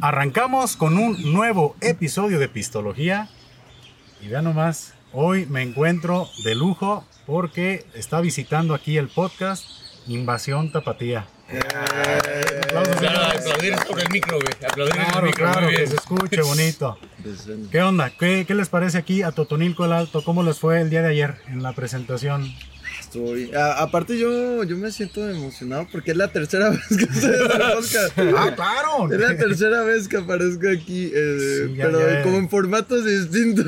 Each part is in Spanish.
Arrancamos con un nuevo episodio de Pistología. Y vean nomás, hoy me encuentro de lujo porque está visitando aquí el podcast Invasión Tapatía. Aplausos, Claro, señores. aplaudir por el micro, güey. Aplaudir por el Claro, micro, claro, pues, muy que bien. se escuche bonito. pues, ¿Qué onda? ¿Qué, qué les parece aquí a Totonilco el Alto? ¿Cómo les fue el día de ayer en la presentación? Estoy- a- aparte yo, yo me siento emocionado porque es la tercera vez que estoy en el podcast. claro! Es la tercera vez que aparezco aquí, eh, Sí, ya, pero ya. como en formatos distintos.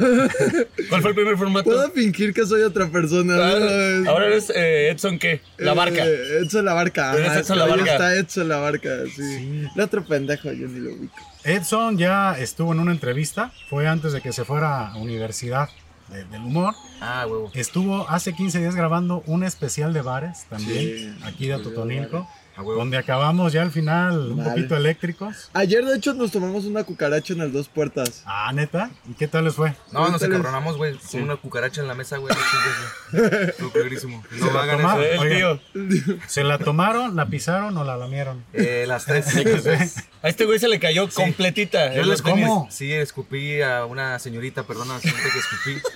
¿Cuál fue el primer Puedo formato? fingir que soy otra persona. Ahora ¿no? ahora eres eh, Edson, ¿qué? La Eh, barca. Edson la barca. Eres ajá, Edson la ahí Barca. Está Edson la barca, sí. Sí. El otro pendejo yo ni lo ubico. Edson ya estuvo en una entrevista, fue antes de que se fuera a Universidad de- del Humor. Ah, huevo. Estuvo hace 15 días grabando un especial de bares también, Sí, aquí de especial de Totonilco, bares. donde acabamos ya al final un Vale. poquito eléctricos. Ayer de hecho nos tomamos una cucaracha en las dos puertas. Ah, neta, ¿y qué tal les fue? No, nos Ahorita les- encabronamos, güey. Con una cucaracha en la mesa, güey. Tú, clarísimo. No la hagan toma? eso. El Oigan. tío. ¿Se la tomaron, la pisaron o la lamieron? Eh, las tres. Eh, A este güey se le cayó completita. pues, Yo en les los tenis. como. Sí, escupí a una señorita, perdona, señorita que escupí.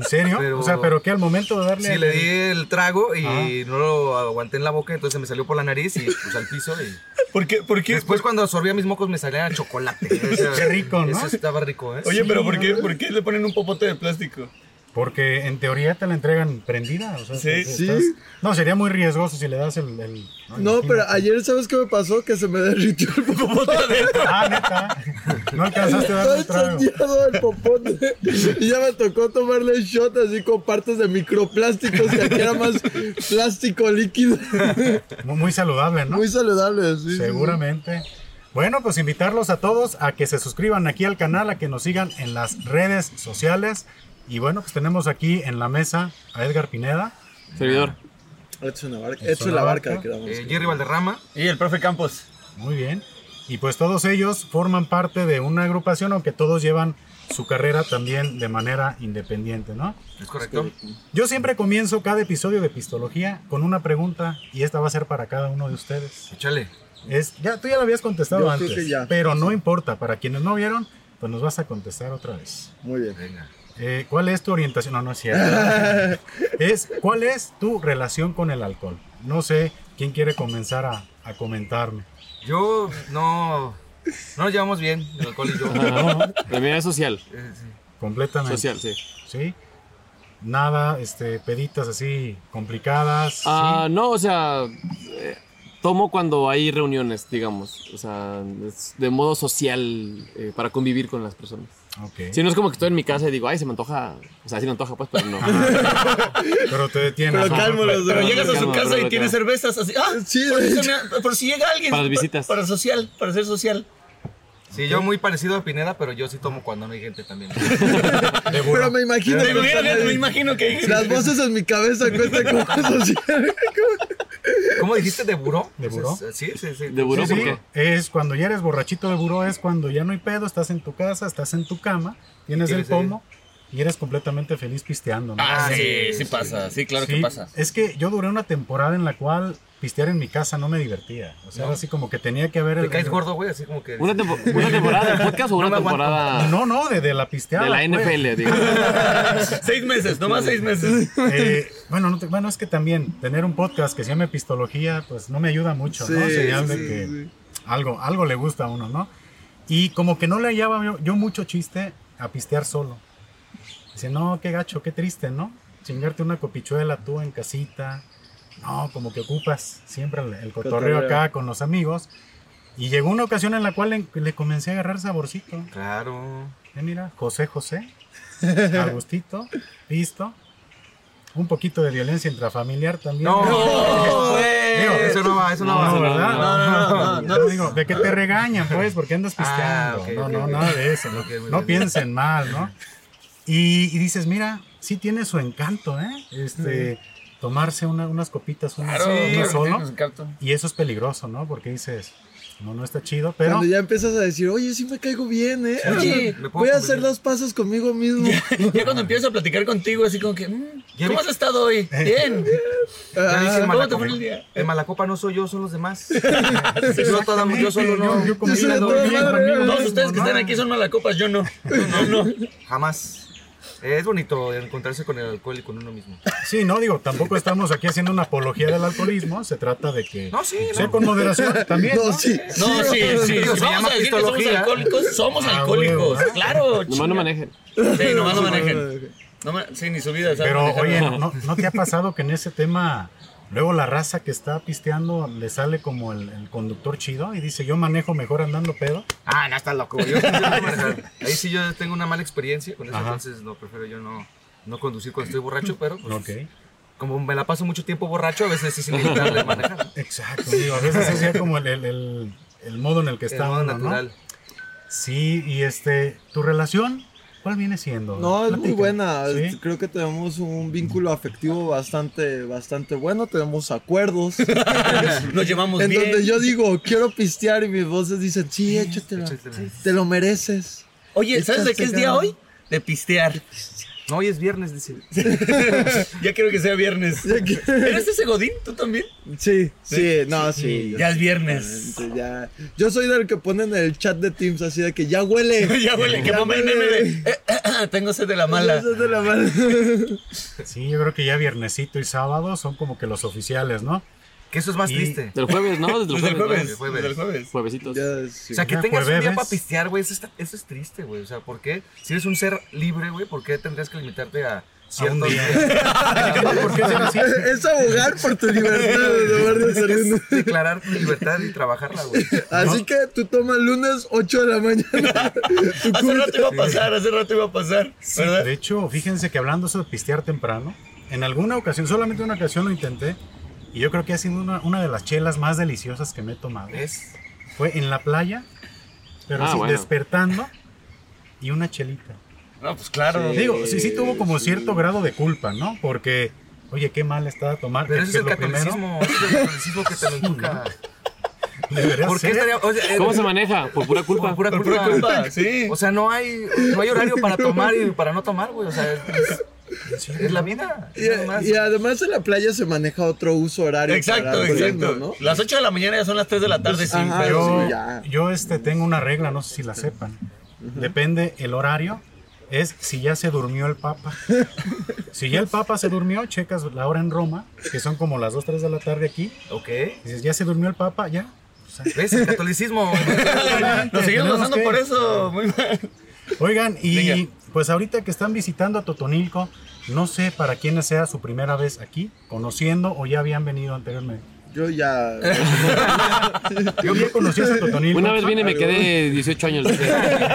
¿En serio? Pero- O sea, pero que al momento de darle... Sí, le di el trago y Ajá. no lo aguanté en la boca, entonces se me salió por la nariz y pues al piso. Y... ¿Por qué? ¿Por qué? Después cuando absorbía mis mocos me salía chocolate. O sea, Qué rico, ¿no? Eso estaba rico, ¿eh? Oye, pero Sí, ¿por qué, ¿no? ¿por qué le ponen un popote de plástico? Porque en teoría te la entregan prendida. O sea, Sí, te- te sí. No, sería muy riesgoso si le das el... el- No, pero Ah, imagínate. ayer ¿sabes qué me pasó? Que se me derritió el popote. Ah, neta. No alcanzaste a darle un Todo trago. incendiado el popote. Y ya me tocó tomarle shot así con partes de microplásticos, que aquí era más plástico líquido. Muy, muy saludable, ¿no? Muy saludable, sí. sí, sí. Seguramente. Bueno, pues invitarlos a todos a que se suscriban aquí al canal, a que nos sigan en las redes sociales. Y bueno, pues tenemos aquí en la mesa a Edgar Pineda. Servidor. Hecho una barca. Hecho Hecho una la barca. barca. que éramos. Eh, Jerry Valderrama. Y el profe Campos. Muy bien. Y pues todos ellos forman parte de una agrupación, aunque todos llevan su carrera también de manera independiente, ¿no? Es correcto. Yo siempre comienzo cada episodio de Pistología con una pregunta y esta va a ser para cada uno de ustedes. Échale. Es, ya, tú ya la habías contestado Yo creo antes, que ya. pero no importa, para quienes no vieron, pues nos vas a contestar otra vez. Muy bien. Venga. Eh, ¿Cuál es tu orientación? No, no es cierto. es, ¿Cuál es tu relación con el alcohol? No sé quién quiere comenzar a, a comentarme. Yo no... No nos llevamos bien, el alcohol y yo. La mía es social. Eh, sí. Completamente. Social, sí. ¿Sí? Nada, este, peditas así complicadas. Ah, no, o sea, eh, tomo cuando hay reuniones, digamos. O sea, es de modo social eh, para convivir con las personas. Ok. Si no es como que estoy en mi casa y digo, ay, se me antoja. O sea, sí me antoja, pues, pero no. Pero te detienes. Pero ¿no? cálmalos, Pero No, llegas a su no, casa no, y no. tiene cervezas así. Ah, Sí, por, de si hecho. se me- por si llega alguien. Para las visitas. Para social, para ser social. Sí, yo muy parecido a Pineda, pero yo sí tomo cuando no hay gente también. De burro. Pero me imagino. Te que imagino, están ahí. me imagino que. Las voces en mi cabeza cuentan como social. ¿Cómo dijiste? ¿De buró? ¿De buró? Sí, sí, sí. ¿De buró Sí, por sí, qué? Es cuando ya eres borrachito de buró, es cuando ya no hay pedo, estás en tu casa, estás en tu cama, tienes el Tienes ahí. pomo y eres completamente feliz pisteando. ¿no? Ah, Ah, sí, sí, sí sí. pasa. Sí, claro Sí, que pasa. Es que yo duré una temporada en la cual pistear en mi casa no me divertía. O sea, No. era así como que tenía que haber. ¿Te el- caes gordo, güey? Así como que... ¿Una, tempo- una temporada de podcast o una me aguanto. temporada No, no, de, de la pisteada. de la pues. NFL, digamos? seis meses, nomás seis meses. Eh, bueno, no te- bueno, es que también tener un podcast que se llame Pistología, pues no me ayuda mucho, ¿no? Señal de que Algo, algo le gusta a uno, ¿no? Y como que no le hallaba yo, yo mucho chiste a pistear solo. Dice, no, qué gacho, qué triste, ¿no? Chingarte una copichuela tú en casita. No, como que ocupas siempre el, el cotorreo, Cotorreo. acá con los amigos. Y llegó una ocasión en la cual le, le comencé a agarrar saborcito. Claro. Eh, mira, José José, Agustito, listo. Un poquito de violencia intrafamiliar también. No, Digo, güey. Eso no va, eso no, No, va. ¿verdad? Ah, no, no, no, no. Yo digo, ¿de qué te regañan, pues? Porque andas pisteando. Ah, ok, no, ok, no, ok. nada de eso. No, Ok, muy No bien. piensen mal, ¿no? Y, y dices, mira, sí tiene su encanto, ¿eh? Este, tomarse una- unas copitas, uno, Claro, uno claro, solo. sí, pues, capto. Y eso es peligroso, ¿no? Porque dices, No, no está chido, pero. Cuando ya empiezas a decir, oye, sí me caigo bien, ¿eh? Sí, me puedo Voy a hacer convivir. los pasos conmigo mismo. Ya cuando empiezo a platicar contigo, así como que, mm, ¿cómo has estado hoy? Bien. Ya Ah, dice ¿Cómo te Malacopa, fue el día? En Malacopa no soy yo, son los demás. yo, toda, yo solo no. Yo, yo conmigo, Yo soy yo toda conmigo madre. mismo, Todos ustedes que ¿no? están aquí son malacopas, yo no. No, no. Jamás. Eh, Es bonito encontrarse con el alcohol y con uno mismo. Sí, no, digo, tampoco estamos aquí haciendo una apología del alcoholismo. Se trata de que No, sí, sea no. con moderación también. No, ¿no? sí. No, sí, sí. Digo, Si vamos se llama a decir que somos histología. alcohólicos, somos Ah, alcohólicos. huevo, ¿eh? Claro. Nomás no manejen. Sí, nomás no manejen. No ma- sí, ni su vida. saben Pero, manejar. oye, ¿no, ¿no te ha pasado que en ese tema luego la raza que está pisteando le sale como el, el conductor chido y dice, yo manejo mejor andando pedo? Ah, no, está loco. Yo, yo no puedo manejar. ahí sí yo tengo una mala experiencia con eso, Ajá. entonces no, prefiero yo no, no conducir cuando estoy borracho, pero pues, Ok. como me la paso mucho tiempo borracho, a veces sí se me gusta de manejar. Exacto. digo, a veces es ya como el, el- el- el modo en el que El está modo uno, ¿no? natural. Sí, y este, ¿tu relación cuál viene siendo? No, es muy Platícame. buena. ¿Sí? Este, Creo que tenemos un vínculo afectivo bastante, bastante bueno. Tenemos acuerdos. Nos llevamos en bien. donde yo digo, quiero pistear y mis voces dicen, sí, échatela. échatela. sí, Te lo mereces. Oye, ¿sabes de qué es día hoy? De pistear. No, hoy es viernes, dice. Ya quiero que sea viernes. Ya que- ¿Eres ese Godín? ¿Tú también? Sí, sí, no, sí. Ya es viernes. Ya. Yo soy del que pone en el chat de Teams así de que ya huele. Ya huele, que Ya mamá y nene huele. de- Eh, eh, Tengo sed de la mala. Eso es de la mala. Sí, yo creo que ya viernesito y sábado son como que los oficiales, ¿no? Que eso es más Y- triste. Del jueves, ¿no? Desde el Desde el jueves. jueves. el ¿no? jueves. Desde el jueves. Juevesitos. Ya, sí. O sea, que Ya tengas un día jueves. para pistear, güey, eso, está- eso es triste, güey. O sea, ¿por qué? Si eres un ser libre, güey, ¿por qué tendrías que limitarte a ciertos día. días? ¿Por qué será así? es abogar por tu libertad en lugar de ser un- Es declarar tu libertad y trabajarla, güey. Así que tú tomas lunes 8 de la mañana. tu Hace rato iba a pasar, hace rato iba a pasar. ¿Verdad? De hecho, fíjense que hablando eso de pistear temprano, en alguna ocasión, solamente una ocasión lo intenté, y yo creo que ha sido una, una de las chelas más deliciosas que me he tomado. ¿Ves? Fue en la playa, pero Ah, así, bueno. despertando, y una chelita. No, pues Eh, claro. Digo, sí, sí tuvo como cierto grado de culpa, ¿no? Porque, oye, qué mal estaba tomar. Pero que- ese es que el lo primero catolicismo, ese es el catolicismo que te lo inculca. debería ¿Por qué ser. estaría.? o sea, eh, ¿Cómo se maneja? Por pura culpa. por pura Por pura culpa. culpa, sí. O sea, no hay, no hay horario para tomar y para no tomar, güey. O sea, es, es la vida. Y, es nada más. y además en la playa se maneja otro uso horario. Exacto, para el exacto. ritmo, ¿no? Las 8 de la mañana ya son las 3 de la tarde, sí. Ajá. pero- Yo, Sí, ya. yo este, tengo una regla, no sé si la sepan. Depende el horario. Es si ya se durmió el Papa. Si ya el Papa se durmió, checas la hora en Roma, que son como las 2, 3 de la tarde aquí. Ok. Dices, ya se durmió el Papa, ya. O sea, ¿Ves? El catolicismo. Nos seguimos Tenemos pasando que- por eso. Muy mal. Oigan, y Venga. pues ahorita que están visitando a Totonilco, no sé para quiénes sea su primera vez aquí, conociendo o ya habían venido anteriormente. Yo ya. Yo ya conocí a Totonilco. Una vez vine y me quedé 18 años. dije,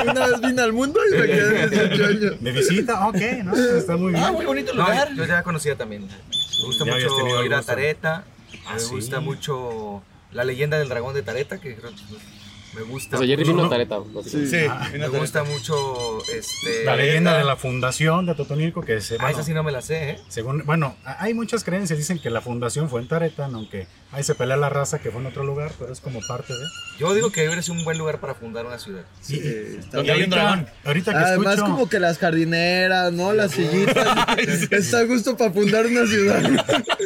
Una vez vine al mundo y me quedé 18 años. De visita, ok, ¿no? Está muy bien. Ah, muy bonito No, lugar. yo ya conocía también. Me gusta Ya habías tenido mucho el ir a gusto. Tareta. Ah, me sí. gusta mucho la leyenda del dragón de Tareta, que creo que me gusta. O sea, Jerry vino No. a tareta. Sí. Sí, Ah, en Me la gusta mucho este. La leyenda de la fundación de Totonilco, que se, Ah, bueno, esa sí no me la sé, ¿eh? según, bueno, a- hay muchas creencias, dicen que la fundación fue en Taretan, aunque ahí se pelea la raza que fue en otro lugar, pero es como parte de... Yo digo que eres un buen lugar para fundar una ciudad. Sí, está Donde hay un dragón. ahorita que Además, escucho... como que las jardineras, ¿no? Las sillitas. Está a gusto para fundar una ciudad.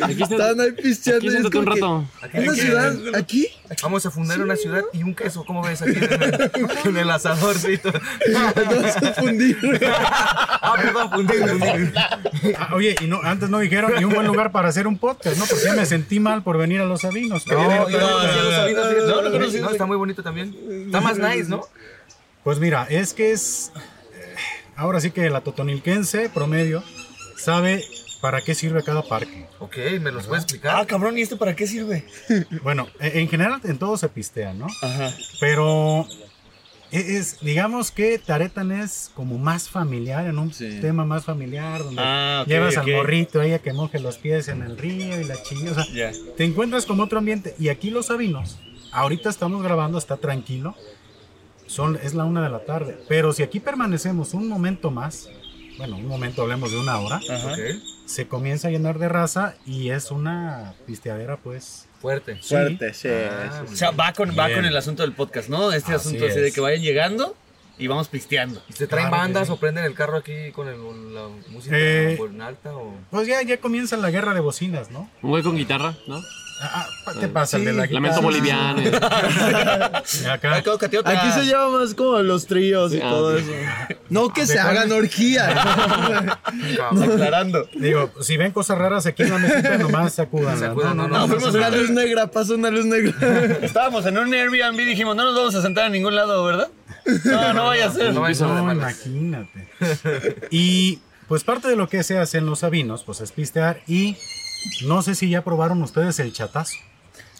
Aquí está- Estaban ahí pisteando. Aquí y es siéntate un como que, rato. Aquí hay ¿Una que- ciudad? ¿Aquí? Vamos a fundar una ciudad y un queso. ¿Cómo ves aquí en el, en el asadorcito? Vamos a fundir. Ah, perdón, fundir, fundir. Ah, oye, y no, antes no dijeron ni un buen lugar para hacer un podcast, ¿no? Porque ya me sentí mal por venir a Los Sabinos. No, quería ir a otra- no, sí, los sabinos, sí, no, no, no, no, sí, no, no, está muy bonito también. Está más nice, ¿no? Pues mira, es que es... eh, Ahora sí que la totonilquense promedio sabe para qué sirve cada parque. Ok, ¿me los puedes Ah, explicar? cabrón, ¿y este para qué sirve? Bueno, e- en general en todo se pistea, ¿no? Ajá. Pero es, es- digamos que Taretan es como más familiar, en un Sí. tema más familiar, donde Ah, ok, llevas ok. al morrito ahí a que moje los pies en el río y la chingada. O sea, Ya. te encuentras con otro ambiente. Y aquí los sabinos, ahorita estamos grabando, está tranquilo. Son, es la una de la tarde. Pero si aquí permanecemos un momento más, bueno, un momento, hablemos de una hora, Ajá. Ok. se comienza a llenar de raza y es una pisteadera, pues. Fuerte. Fuerte, sí. Ah, sí. muy O sea, va con, va Bien. con el asunto del podcast, ¿no? Este Así asunto así de es. que vayan llegando y vamos pisteando. ¿Y se traen Claro que bandas sí. o prenden el carro aquí con el- la música Eh. en alta? O... Pues ya, ya comienza la guerra de bocinas, ¿no? Un güey con guitarra, ¿no? Ah, ah, te pasa el de la guitarra. Lamento boliviano. eh. Acá. Cócate otra. Aquí se lleva más como los tríos y Sí, ah, todo eso. No que se hagan orgías. Aclarando. Digo, si ven cosas raras aquí en la mesita, nomás sacudan. Sacudan, no, no, no, no. No, fuimos una en- luz negra, pasa una luz negra. Estábamos en un Airbnb y dijimos, no nos vamos a sentar en ningún lado, ¿verdad? No, no vaya a ser. No, No, no, no. imagínate. Y pues parte de lo que se hace en los sabinos, pues es pistear y no sé si ya probaron ustedes el chatazo.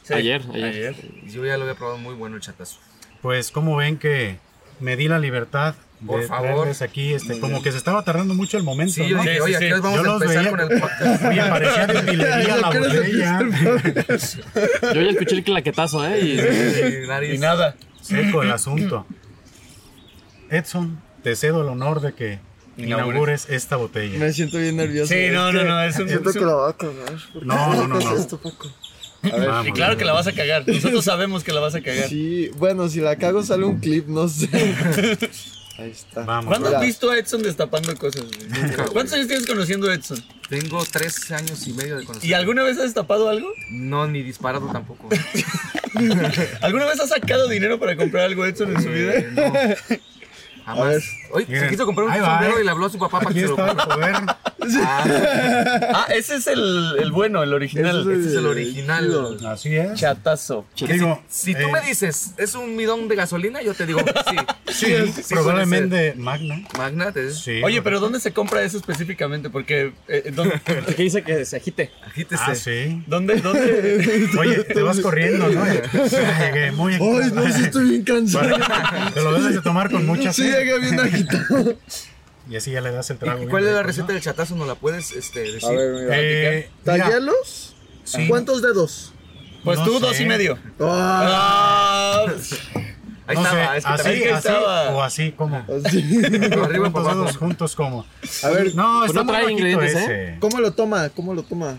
Sí. Ayer, ayer. Yo ya lo había probado muy bueno el chatazo. Pues como ven que me di la libertad de Por favor. traerles aquí, este, como que se estaba tardando mucho el momento, Sí, yo ¿no? dije, Sí, oye, sí, aquí sí. vamos Yo a los empezar veía. con el podcast. Oye, parecía de utilería ¿Lo la quieres botella. Yo ya escuché el claquetazo, ¿eh? Sí, nariz. Y nada. Seco el asunto. Edson, te cedo el honor de que inaugures esta botella. Me siento bien nervioso. Sí, Es no, no, que no, es un- Siento es un- que la va a cagar. ¿Por qué No, no, no, haces no. esto, Paco? Vamos. Y claro que la vas a cagar. Nosotros sabemos que la vas a cagar. Sí, bueno, si la cago sale un clip, no sé. Ahí está. Vamos. ¿Cuándo Mira. has visto a Edson destapando cosas? güey? ¿Cuántos años tienes conociendo a Edson? Tengo tres años y medio de conocer. ¿Y alguna vez has destapado algo? No, ni disparado tampoco. ¿Alguna vez has sacado dinero para comprar algo Edson en su vida? Eh, no. A ver. Jamás. Oye, se Miren, quiso comprar un ahí va, sombrero eh. y le habló a su papá para Aquí que se lo está el comprara. poder. Ah, Ah, ese es el, el bueno, el original. Ese ese es el original. Así es. Chatazo. Digo, Si tú eh, me dices, ¿es un midón de gasolina? Yo te digo, sí. Sí, probablemente Magna. Magna, te sí. Sí. Oye, pero ¿dónde se compra eso específicamente? Porque, eh, ¿dónde, Que dice que se agite. agítese. Ah, sí. dónde, dónde? Oye, te vas corriendo, ¿no? Ya Llegué muy Ay, no, sí estoy bien cansado. Te lo debes de tomar con mucha Sí, sed. llegué bien agitado. Y así ya le das el ¿Y trago. ¿Cuál bien pues, es la rico, receta del chatazo? ¿No la puedes este, decir? A ver, ¿no? mira. Eh, mira, ¿Tallelos? sí. ¿Cuántos dedos? Pues No tú, sé. dos y medio. Ah, Ah, Ahí no estaba, sé, ah, es que así, también que así, estaba. o así, como. así. arriba ¿Cuántos por abajo. dedos juntos como? A ver, No, Pues está no muy trae bajito ingredientes, ¿eh? ese. ¿cómo lo toma? ¿Cómo lo toma?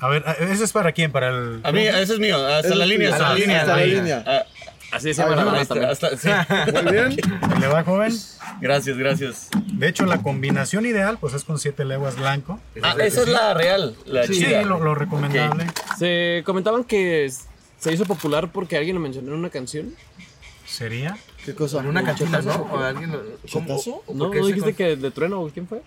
A ver, ¿eso es para quién? Para el... a mí, eh. eso es mío. Hasta Eso la es línea, tuyo. hasta la Hasta línea. la ahí. línea. Ah, Así se llama la ahí banda está, también. hasta- ah, sí. Este, Muy bien. ¿El de va, joven? Gracias, gracias. De hecho, la combinación ideal, pues es con siete leguas blanco. Ah, esa es la real, la Sí, chida. lo, lo recomendable. Se comentaban que se hizo popular porque alguien lo mencionó en una canción. Sería... ¿Qué cosa? En una cachita, ¿no? ¿O alguien lo- ¿cómo? ¿Chatazo? ¿O ¿No, por qué ¿No se dijiste con- que de Trueno o quién fue?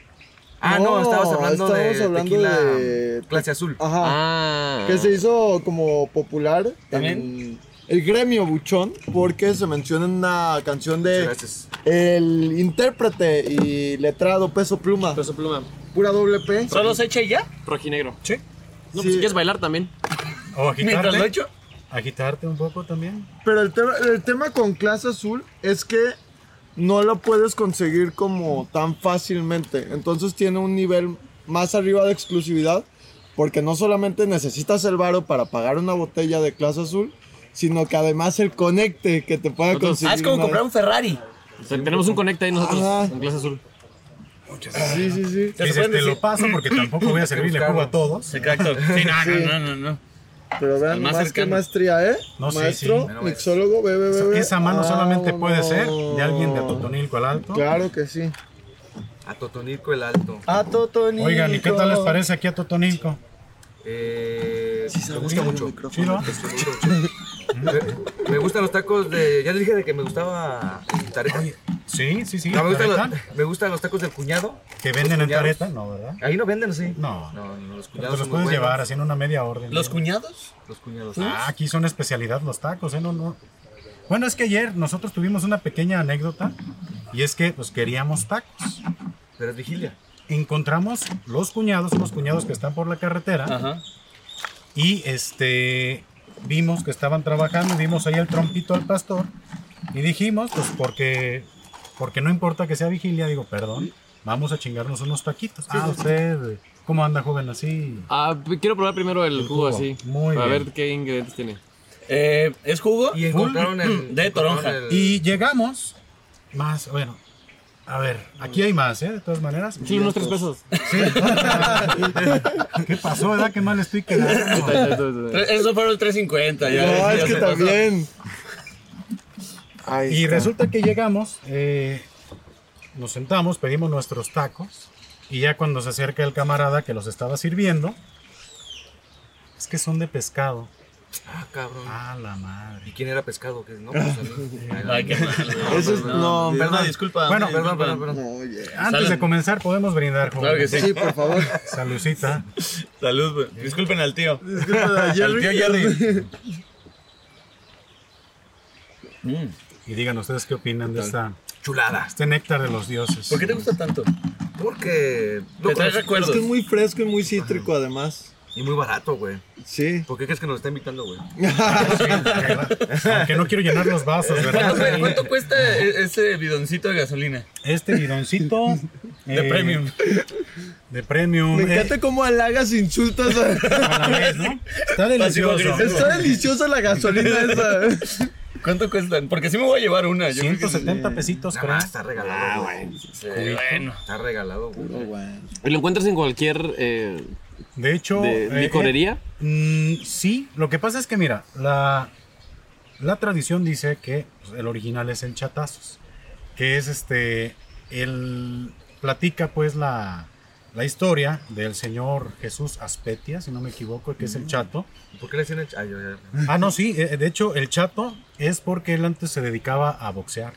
Ah, no, No, estabas hablando de estábamos hablando tequila de- clase azul. Ajá. Ah. Que se hizo como popular También. en el gremio buchón porque se menciona en una canción de Gracias. el intérprete y letrado Peso Pluma. Peso pluma. Pura doble P. ¿Solo se echa y ya? Rojinegro. Sí. Sí. No, pues si quieres bailar también. O Mientras lo agitarte. echo. Agitarte un poco también. Pero el tema, el tema con clase azul es que no lo puedes conseguir como tan fácilmente. Entonces tiene un nivel más arriba de exclusividad. Porque no solamente necesitas el varo para pagar una botella de clase azul, sino que además el conecte que te pueda Nosotros- conseguir. Ah, es como una- comprar un Ferrari. O sea, tenemos un conecta ahí nosotros Ajá. en clase azul. Sí, sí, sí. ¿Te Dices, te sorprende? lo paso porque tampoco voy a servirle buscarlo. jugo a todos. Exacto. Sí, no, no, no, no, no. Pero vean El más más, que cercano. maestría, ¿eh? No, sí, Maestro, sí. mixólogo, bebe, bebe. Esa mano solamente puede Vámonos. ser de alguien de Totonilco al Alto. Ah, Claro que sí. A Totonilco el Alto. A Totonilco. Oigan, ¿y qué tal les parece aquí a Totonilco? Eh, me gusta bien el mucho. ¿Chido? Me gusta mucho. Me- Me gustan los tacos de. Ya les dije de que me gustaba el tareta. Sí, sí, sí. No, me, gustan ¿Tareta? los, me gustan los tacos del cuñado. Que venden en cuñados. Tareta, no, ¿verdad? Ahí no venden, sí. No. No, no, los Pero cuñados. te los son muy puedes buenos. llevar haciendo una media orden. ¿Los ¿no? cuñados? Los cuñados. Ah, aquí son especialidad los tacos, ¿eh? No, no. Bueno, es que ayer nosotros tuvimos una pequeña anécdota y es que pues queríamos tacos. Pero es vigilia. Encontramos los cuñados, unos cuñados que están por la carretera Ajá. y este vimos que estaban trabajando, vimos ahí el trompito al pastor y dijimos, pues porque porque no importa que sea vigilia, digo, perdón, vamos a chingarnos unos taquitos. Ah, usted, ¿cómo anda joven así? Ah, quiero probar primero el, El jugo, jugo. así. Muy A bien. ver qué ingredientes tiene. Eh, ¿Es jugo? Y encontraron el. De Eh. encontraron toronja. el- Y llegamos, más, bueno, A ver, aquí hay más, ¿eh? De todas maneras. Sí, unos tres pesos. ¿Qué pasó, verdad? Qué mal estoy quedando. Tres- Eso fueron 350. Ya, No, ya es se que pasó. también. Ahí Y está. resulta que llegamos, eh, nos sentamos, pedimos nuestros tacos y ya cuando se acerca el camarada que los estaba sirviendo, es que son de pescado. Ah, cabrón. Ah, la madre. ¿Y quién era pescado? ¿Qué? No, pues a mí. Ay, qué mal. güey. Eso es- no, Perdón, disculpa. Bueno, sí, Perdón, disculpa. perdón, perdón. Oye. Antes Salud. de comenzar podemos brindar, joven. Claro que sí. Sí, por favor. Salucita. Salud, güey. Disculpen al tío. Disculpa, Al tío Jerry. Y digan ustedes qué opinan de esta, Chulada. este néctar de los dioses. ¿Por qué te gusta tanto? Porque. Te trae conocí. Es recuerdos. que es muy fresco y muy cítrico, además. Y muy barato, güey. Sí. ¿Por qué crees que nos está invitando, güey? Aunque no quiero llenar los vasos, Espera, ¿verdad? ¿Cuánto cuesta e- ese bidoncito de gasolina? Este bidoncito. De eh, premium. De premium. Me eh, encanta cómo halagas e insultas. a- a la vez, ¿no? Está delicioso. agresivo. Está deliciosa la gasolina esa. ¿Cuánto cuestan? Porque sí me voy a llevar una. Yo creo que sí. 170 pesitos, Nah, creo. está Ah, regalado, güey. Sí, bueno. Está regalado, güey. Y Lo encuentras en cualquier eh, De hecho. de- eh, licorería. Mm, sí, lo que pasa es que mira, la, la tradición dice que pues, el original es el chatazos, que es este, el platica pues la, la historia del señor Jesús Aspetia, si no me equivoco, que es Mm. el chato. ¿Por qué le decían el ch- Ay, yo, yo. Ah, no, sí, eh, de hecho el chato es porque él antes se dedicaba a boxear.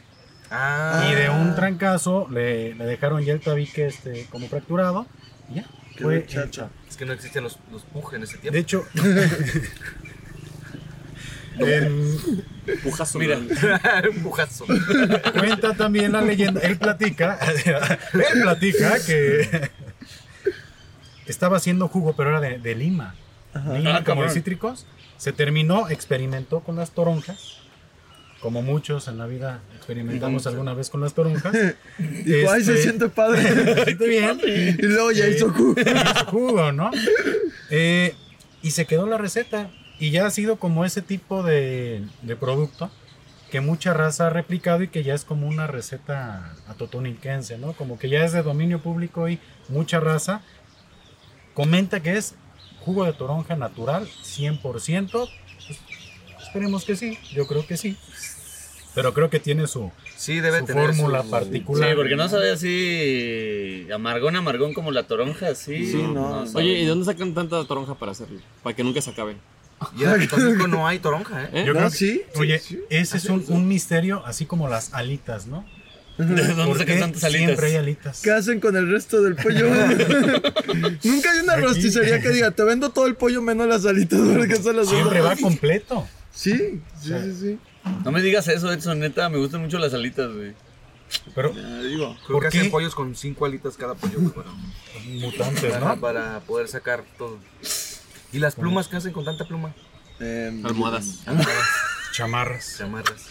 Ah. Y de un trancazo le, le dejaron ya el tabique este, como fracturado. y ya, Quedó fue el el Chato. Chato. Es que no existían los, los pujes en ese De tiempo. hecho... em, Pujazo. Mira, un pujazo. Cuenta también la leyenda, él platica, él platica que estaba haciendo jugo, pero era de, de lima, lima Ah, como cabrón. de cítricos. Se terminó, experimentó con las toronjas, como muchos en la vida experimentamos alguna vez con las toronjas. Dijo, ay, se Este- siente padre. Siente bien, Y luego ya Sí. hizo cu. hizo jugo, ¿no? Eh, y se quedó la receta y ya ha sido como ese tipo de, de producto que mucha raza ha replicado y que ya es como una receta atotoniquense, ¿no? Como que ya es de dominio público y mucha raza comenta que es jugo de toronja natural 100%. Pues, esperemos que sí, yo creo que sí. Pero creo que tiene su, Sí, debe su tener. fórmula su- particular. sí, porque no sabe así amargón, amargón como la toronja, sí. Sí, no. sabe. Oye, ¿y de dónde sacan tanta toronja para hacerlo? Para que nunca se acabe. Y en Tampico no hay toronja, ¿eh? ¿Eh? Yo No, creo que- sí, sí, Oye, sí. ese es un, un misterio, así como las alitas, ¿no? ¿de ¿Por dónde qué sacas tantas alitas? Siempre hay alitas. ¿Qué hacen con el resto del pollo? Nunca hay una Aquí. rosticería que diga, te vendo todo el pollo menos las alitas, porque son las Siempre va alitas". completo. Sí, sí, sí, sí. No me digas eso, Edson, neta, me gustan mucho las alitas, güey. Pero Ya Ah, digo. Creo ¿Por que qué? hacen pollos con cinco alitas cada pollo, güey, para, Pues mutantes, para- ¿no? para poder sacar todo. ¿Y las plumas qué hacen con tanta pluma? Em, Almohadas. Almohadas, Chamarras. se amarras.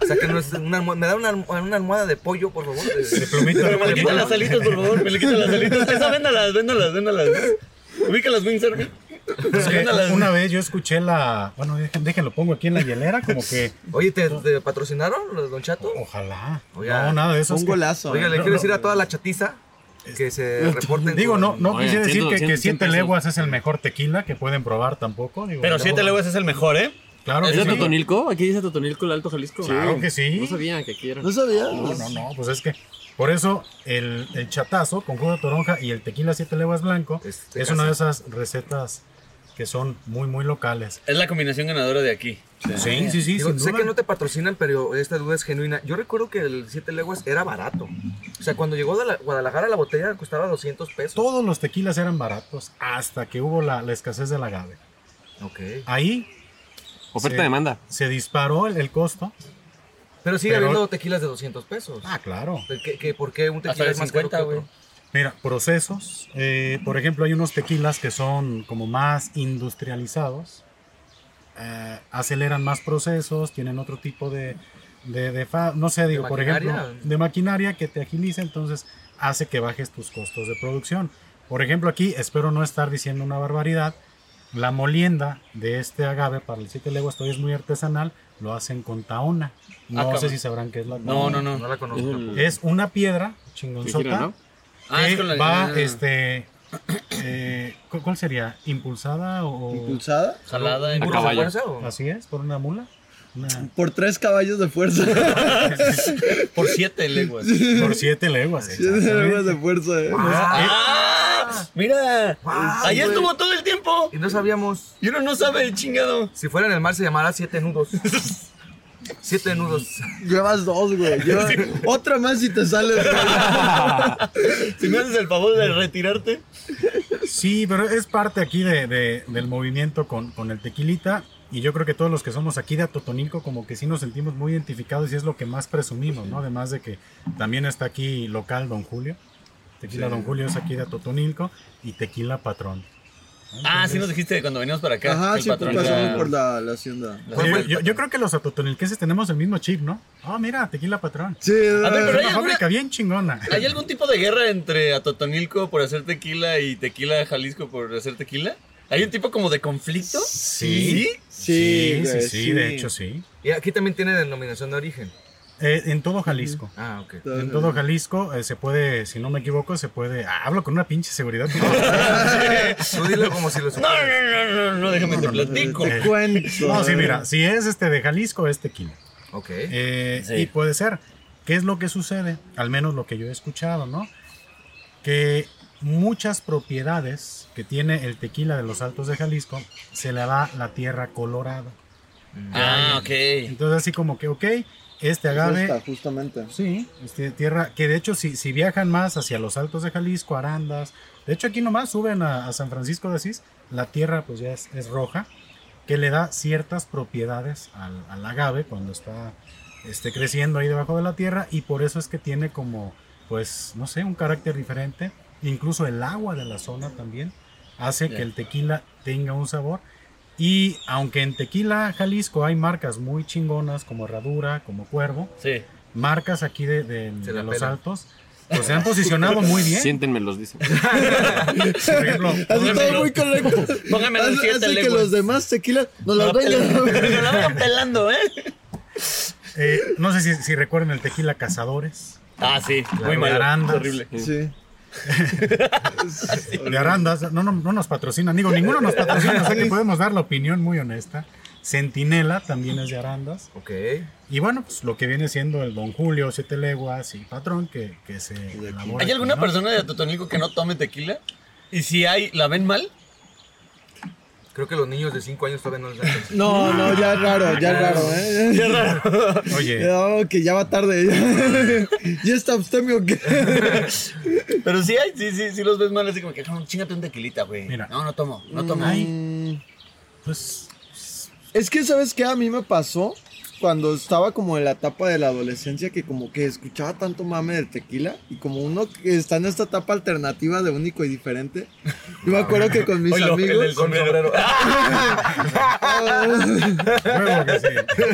O sea, que no es una almohada. ¿Me da una, almo- una almohada de pollo, por favor? De- De plumita. Pero me le quitan las alitas, por favor, me le quitan las alitas. Esa, véndalas, véndalas, véndalas. Ubica las Wings Army. Es que Véndalas. una vez yo escuché la. Bueno, dejen, déjenlo, pongo aquí en la hielera, como que. Oye, ¿te, te patrocinaron, los Don Chato? Ojalá. Oiga, no, nada de eso. es Un que- golazo. ¿eh? Oiga, le no, quiero no. Este, decir a toda la chatiza que se reporten. Digo, con- no, no Oiga, quise decir ciento- que, que cien- Siete cien pesos. Leguas es el mejor tequila que pueden probar tampoco. digo, Pero no. siete leguas es el mejor, ¿eh? Claro ¿Es que de sí. Totonilco? Aquí dice Totonilco, el Alto Jalisco. Claro que sí. No sabía que aquí era. ¿No sabías? No, no, no, pues es que por eso el, el chatazo con jugo de toronja y el tequila siete leguas blanco Es es, de una este, casa. de esas recetas que son muy, muy locales. Es la combinación ganadora de aquí. Sí, sí, sí, Digo, sin sé duda. que no te patrocinan, pero esta duda es genuina. Yo recuerdo que el Siete Leguas era barato. O sea, cuando llegó de la- Guadalajara la botella costaba 200 pesos. Todos los tequilas eran baratos hasta que hubo la, la escasez del agave. Ok. Ahí Sí. Oferta-demanda. se disparó el, el costo. Pero sigue Pero- habiendo tequilas de 200 pesos. Ah, claro. ¿Qué, qué, por qué un Hasta tequila de es más caro 50, que otro? güey. Mira, procesos. eh, por ejemplo, hay unos tequilas que son como más industrializados. eh, aceleran más procesos, tienen otro tipo de, de, de fa- no sé, digo, por ejemplo, maquinaria? de maquinaria que te agiliza, entonces hace que bajes tus costos de producción. Por ejemplo, aquí espero no estar diciendo una barbaridad, La molienda de este agave para el 7 leguas todavía es muy artesanal, lo hacen con taona. No Ah, cabrón. sé si sabrán qué es la taona. No, no, no. No la Es conozco. el- Es una piedra que chingonzota gira, ¿no? Ah, que es con la Eh, va, ah, este, eh, ¿cu- ¿cuál sería? ¿Impulsada o...? ¿Impulsada? Jalada en A ¿Burro caballo. se puede hacer o? Así es, por una mula. Una- Por tres caballos de fuerza. por siete leguas. por siete leguas. Tres exactamente. caballos de fuerza, eh. ¡Ah! Mira, Guau, allá güey. estuvo todo el tiempo. ah, Y no sabíamos. Y uno no sabe, chingado. Si fuera en el mar se llamara Siete Nudos. Siete Nudos. Llevas dos, güey. Lleva- Otra más y te sales. güey. Si me haces el favor de retirarte. Sí, pero es parte aquí de, de- del movimiento con, con el tequilita. Y yo creo que todos los que somos aquí de Atotonilco, como que sí nos sentimos muy identificados y es lo que más presumimos, ¿no? Además de que también está aquí local Don Julio. Tequila Don Julio es aquí de Atotonilco y Tequila Patrón. Ah, sí nos dijiste cuando veníamos para acá. Ajá, el siempre patrón. pasamos ya. por la, la hacienda. Oye, yo, yo creo que los atotonilqueses tenemos el mismo chip, ¿no? Ah, mira, Tequila Patrón. Sí, A ver, Es pero hay una alguna- fábrica bien chingona. ¿Hay algún tipo de guerra entre Atotonilco por hacer tequila y Tequila de Jalisco por hacer tequila? ¿Hay un tipo como de conflicto? Sí. Sí, sí, güey, sí, sí, de hecho sí. Y aquí también tiene denominación de origen. Eh, en todo Jalisco. Ah, ok. En todo Jalisco eh, se puede, si no me equivoco, se puede. Ah, hablo con una pinche seguridad. Tú dilo como si lo No, supieras. no, no, no, no, déjame te platico. Te cuento. Eh, No, sí, mira, si es este de Jalisco, es tequila. Ok. Eh, Sí. Y puede ser. ¿Qué es lo que sucede? Al menos lo que yo he escuchado, ¿no? Que muchas propiedades que tiene el tequila de los Altos de Jalisco se le da la tierra colorada. Ah, ok. Entonces, así como que, ok, este agave Justa, justamente. Sí, este, tierra, que de hecho si, si viajan más hacia los altos de Jalisco, Arandas, de hecho aquí nomás suben a, a San Francisco de Asís, la tierra pues ya es, es roja, que le da ciertas propiedades al, al agave cuando está este, creciendo ahí debajo de la tierra y por eso es que tiene como, pues, no sé, un carácter diferente, incluso el agua de la zona también hace Ya. que el tequila tenga un sabor. Y aunque en Tequila, Jalisco, hay marcas muy chingonas como Herradura, como Cuervo, Sí. marcas aquí de, de- Se de la los pelan. altos, pues se han posicionado muy bien. Siéntenme, los dicen. Por ejemplo, Así todo muy correcto. Póngame los Hace, siete hace que leguas. los demás tequilas nos las Pero vengan. la van pelando, ¿eh? eh, no sé si, si recuerden el tequila Cazadores Ah, sí. Muy Claro. mal. Arandas. Horrible. Sí. de Arandas. No, no, no nos patrocinan, digo, ninguno nos patrocina, o sea que podemos dar la opinión muy honesta. Centinela también es de Arandas. Ok. Y bueno, pues lo que viene siendo el Don Julio, Siete Leguas y Patrón que, que se elabora ¿Hay aquí, alguna ¿no? persona de Atotonilco que no tome tequila? Y si hay, ¿la ven mal? Creo que los niños de 5 años todavía no les dan chance. No, no, ya es raro, ya es raro, ¿eh? Ya Oye, No, que ya va tarde. ¿Ya está abstemio qué? Pero sí hay, sí, sí, sí los ves mal así como que, no, chingate un tequilita, güey. Mira. No, no tomo, no tomo. Ay, Mm, pues Es que, ¿sabes qué? A mí me pasó cuando estaba como en la etapa de la adolescencia que como que escuchaba tanto mame del tequila y como uno que está en esta etapa alternativa de único y diferente. Yo me acuerdo que con mis Oye, lo- el amigos... del sombrero. Ah, luego que sí.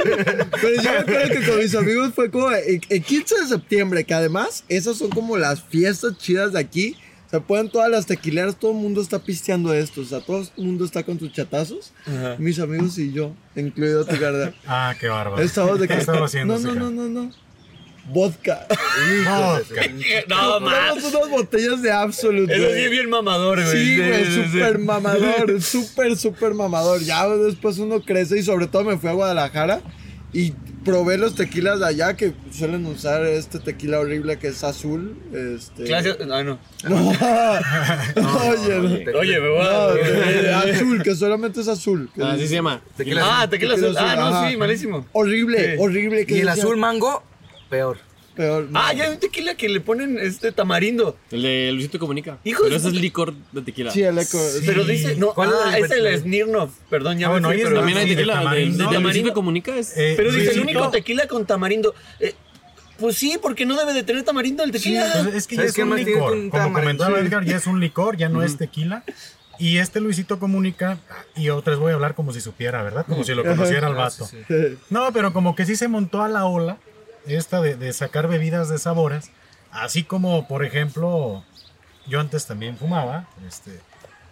Pero yo me acuerdo que con mis amigos fue como el, el 15 de septiembre, que además esas son como las fiestas chidas de aquí. Se pueden todas las tequileras, todo el mundo está pisteando esto, o sea, todo el mundo está con sus chatazos, Ajá. mis amigos y yo, incluido tu carnal. Ah, qué bárbaro. Estábamos de ¿Qué que- estaba haciendo? No, no, ese no, no, no. Vodka. cara? Vodka. No, Tomamos más. unas botellas de Absolute. Eso sí güey. es bien mamador, güey. Sí, güey, sí, sí. súper mamador, súper, súper mamador. Ya güey, después uno crece y sobre todo me fui a Guadalajara y probé los tequilas de allá que suelen usar este tequila horrible que es azul. Este... Clase- no, no. No, oye, no. Tequila- Oye, me voy No, eh, a... azul, que solamente es azul. que Así es se llama. tequila- Ah, tequila azul. Ah, no, sí, malísimo. Horrible, Sí. horrible. que Y el decía, azul mango, peor. Peor. Ah, ya hay un tequila que le ponen este tamarindo. El de Luisito Comunica. Hijo de pero su ese es puta- licor de tequila. Sí, el eco. Pero dice, no, ¿Cuál ah, es el es el verde? Smirnoff. Perdón, ya Ah, me bueno, fui, ahí es pero- También hay Sí, de tequila. de- tamarindo. de- de Luisito Tamarindo. Comunica es. Eh, Pero dice, el Luisito- único tequila con tamarindo. Eh, pues sí, porque no debe de tener tamarindo el Sí, tequila. pues es que ya ¿Sabes es qué un más tiene licor. que un Como tamarindo? comentaba Edgar, ya es un licor, ya no es tequila. Y este Luisito comunica, y otras voy a hablar como si supiera, ¿verdad? Como si lo conociera el vato. Ah, Sí, sí. Sí. No, pero como que sí se montó a la ola esta de, de sacar bebidas de sabores. Así como, por ejemplo, yo antes también fumaba. Este,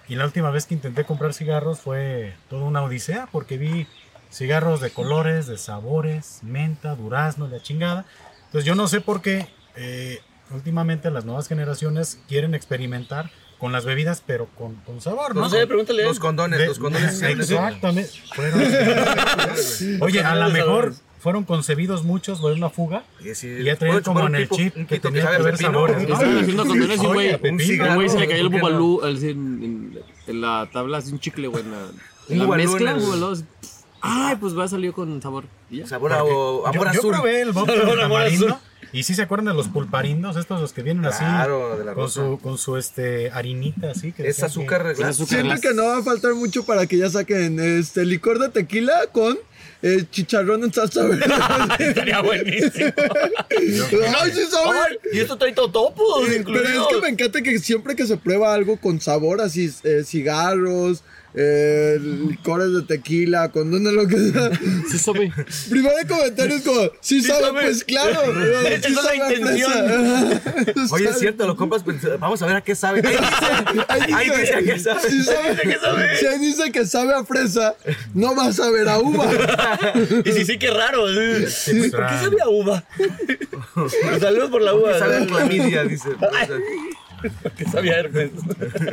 Y la última vez que intenté comprar cigarros fue toda una odisea porque vi cigarros de colores, de sabores, menta, durazno, la chingada. Entonces yo no sé por qué eh, últimamente las nuevas generaciones quieren experimentar con las bebidas pero con, con sabor, ¿no? Pues, Pues No sé, pregúntale. a él. Los condones, De- los condones. de- Exactamente. Fueron- Oye, a lo Los mejor sabores. fueron concebidos muchos por una fuga Y así- y ya traían puedo chupar como en un el pipo- chip un que pito tenía que sabe a ver pepino, sabores. güey. ¿no? Estaban haciendo condones y un Oye, güey. a pepino. Un güey se le cayó el ¿por qué no? bubalú al- en, en- en la tabla, así un chicle, güey. En la, en la bubalú en mezcla, el- bubalú, así, Ay, pues va, salió con sabor. Y ya. Sabor a o- Yo, amor yo azul. probé el vodka de Sabor a amor tamarindo azul. y si se acuerdan de los pulparindos, estos los que vienen así Claro, de la con rosa. su con su este harinita así que Es decían azúcar que- reglas. azúcar. Siento que no va a faltar mucho para que ya saquen este licor de tequila con eh, chicharrón en salsa verde. Estaría buenísimo. Ay, sí sabe. Ay, y esto trae totopos Pero es incluidos. que me encanta que siempre que se prueba algo con sabor, así eh, cigarros, eh, licores de tequila, condones, lo que sea. Sí, sabe. Primero de comentarios como, sí, sabe, sabe. pues claro. Esa sí es la sabe a fresa. Oye, es Sabe. cierto, lo compras. pens- Vamos a ver a qué sabe. Ahí dice, ahí dice a qué sabe. Sí sabe. Si ahí dice que sabe a fresa, no va a saber a uva. Y sí, sí, qué raro. eh. ¿Por qué sabe a uva? Saludos por la uva. Sabe a clamidia, dice. Que sabía Hermes.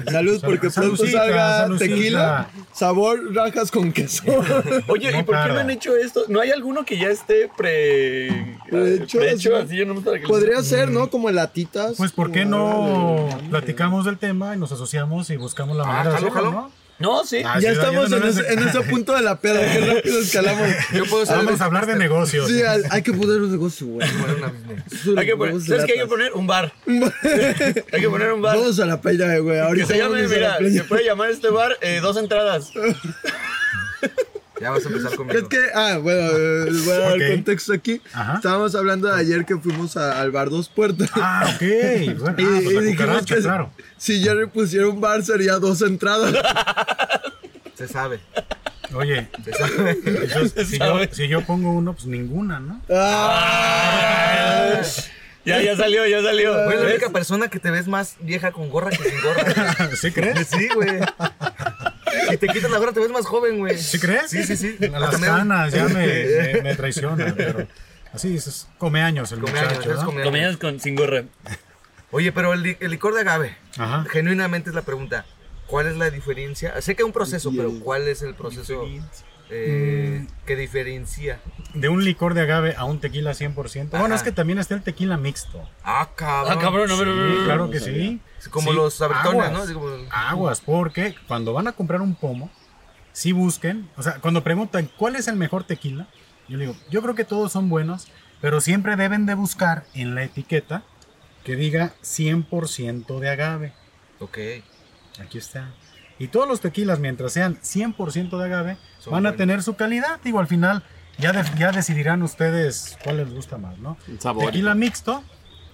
Salud, porque pronto Salucita, salga salucita. tequila, sabor, rajas con queso. Oye, ¿y No, por qué claro. no han hecho esto? ¿No hay alguno que ya esté pre... Prehecho, prehecho, así. así? Yo no me para que... Podría ser, ¿no? Como en latitas. Pues ¿por qué no platicamos del tema y nos asociamos y buscamos la manera de Ah, jalo, hacerlo, jalo. ¿no? No, sí. Ah, Ya sí, estamos no en me ese, hace- en ese punto de la peda. Qué rápido escalamos. Yo puedo saber. Vamos a hablar de negocios. Sí, al- hay que poner un negocio, güey. Bueno, una business. Hay que poner, ¿Sabes qué hay que poner? Un bar. hay que poner un bar. Vamos a la peda, güey. Que Ahorita se llame, vamos a la mira, se playa. puede llamar este bar eh, dos entradas. Ya vas a empezar conmigo. Es que, ah, bueno, eh, voy a dar Ok. contexto aquí. Ajá. Estábamos hablando de ayer que fuimos a- al bar Dos Puertas. Ah, ok. Bueno, ah, pues la cucaracha, claro. si ya le pusiera un bar sería dos entradas. Se sabe. Oye, Se sabe. entonces, si, yo, si yo pongo uno, pues ninguna, ¿no? Ah, Ya, ya salió, ya salió. Güey, la ¿Ves? única persona que te ves más vieja con gorra que sin gorra. ¿Sí crees? Sí, güey. Si te quitas la gorra, te ves más joven, güey. ¿Sí crees? Sí, sí, sí. Las Hasta me da- canas ya me, me, me traicionan, pero así es, come años el Come años, muchacho, es ¿no? come años. Comidas con sin gorra. Oye, pero el, li- el licor de agave, Ajá. genuinamente es la pregunta. ¿Cuál es la diferencia? Sé que hay un proceso, pero ¿cuál es el proceso eh, que diferencia? De un licor de agave a un tequila 100%. Bueno, Ajá. es que también está el tequila mixto. Ah, cabrón. Ah, cabrón, no, no, no, Sí, no. claro que sí. Es Como Sí, los sabritones, ¿no? aguas. Así como- Aguas, porque cuando van a comprar un pomo, si busquen, o sea, cuando preguntan cuál es el mejor tequila, yo le digo, yo creo que todos son buenos, pero siempre deben de buscar en la etiqueta que diga 100% de agave. Ok. Aquí está. Y todos los tequilas, mientras sean 100% de agave, Son van a buenos. tener su calidad. Digo, al final ya, de- ya decidirán ustedes cuál les gusta más, ¿no? El sabor. Tequila mixto,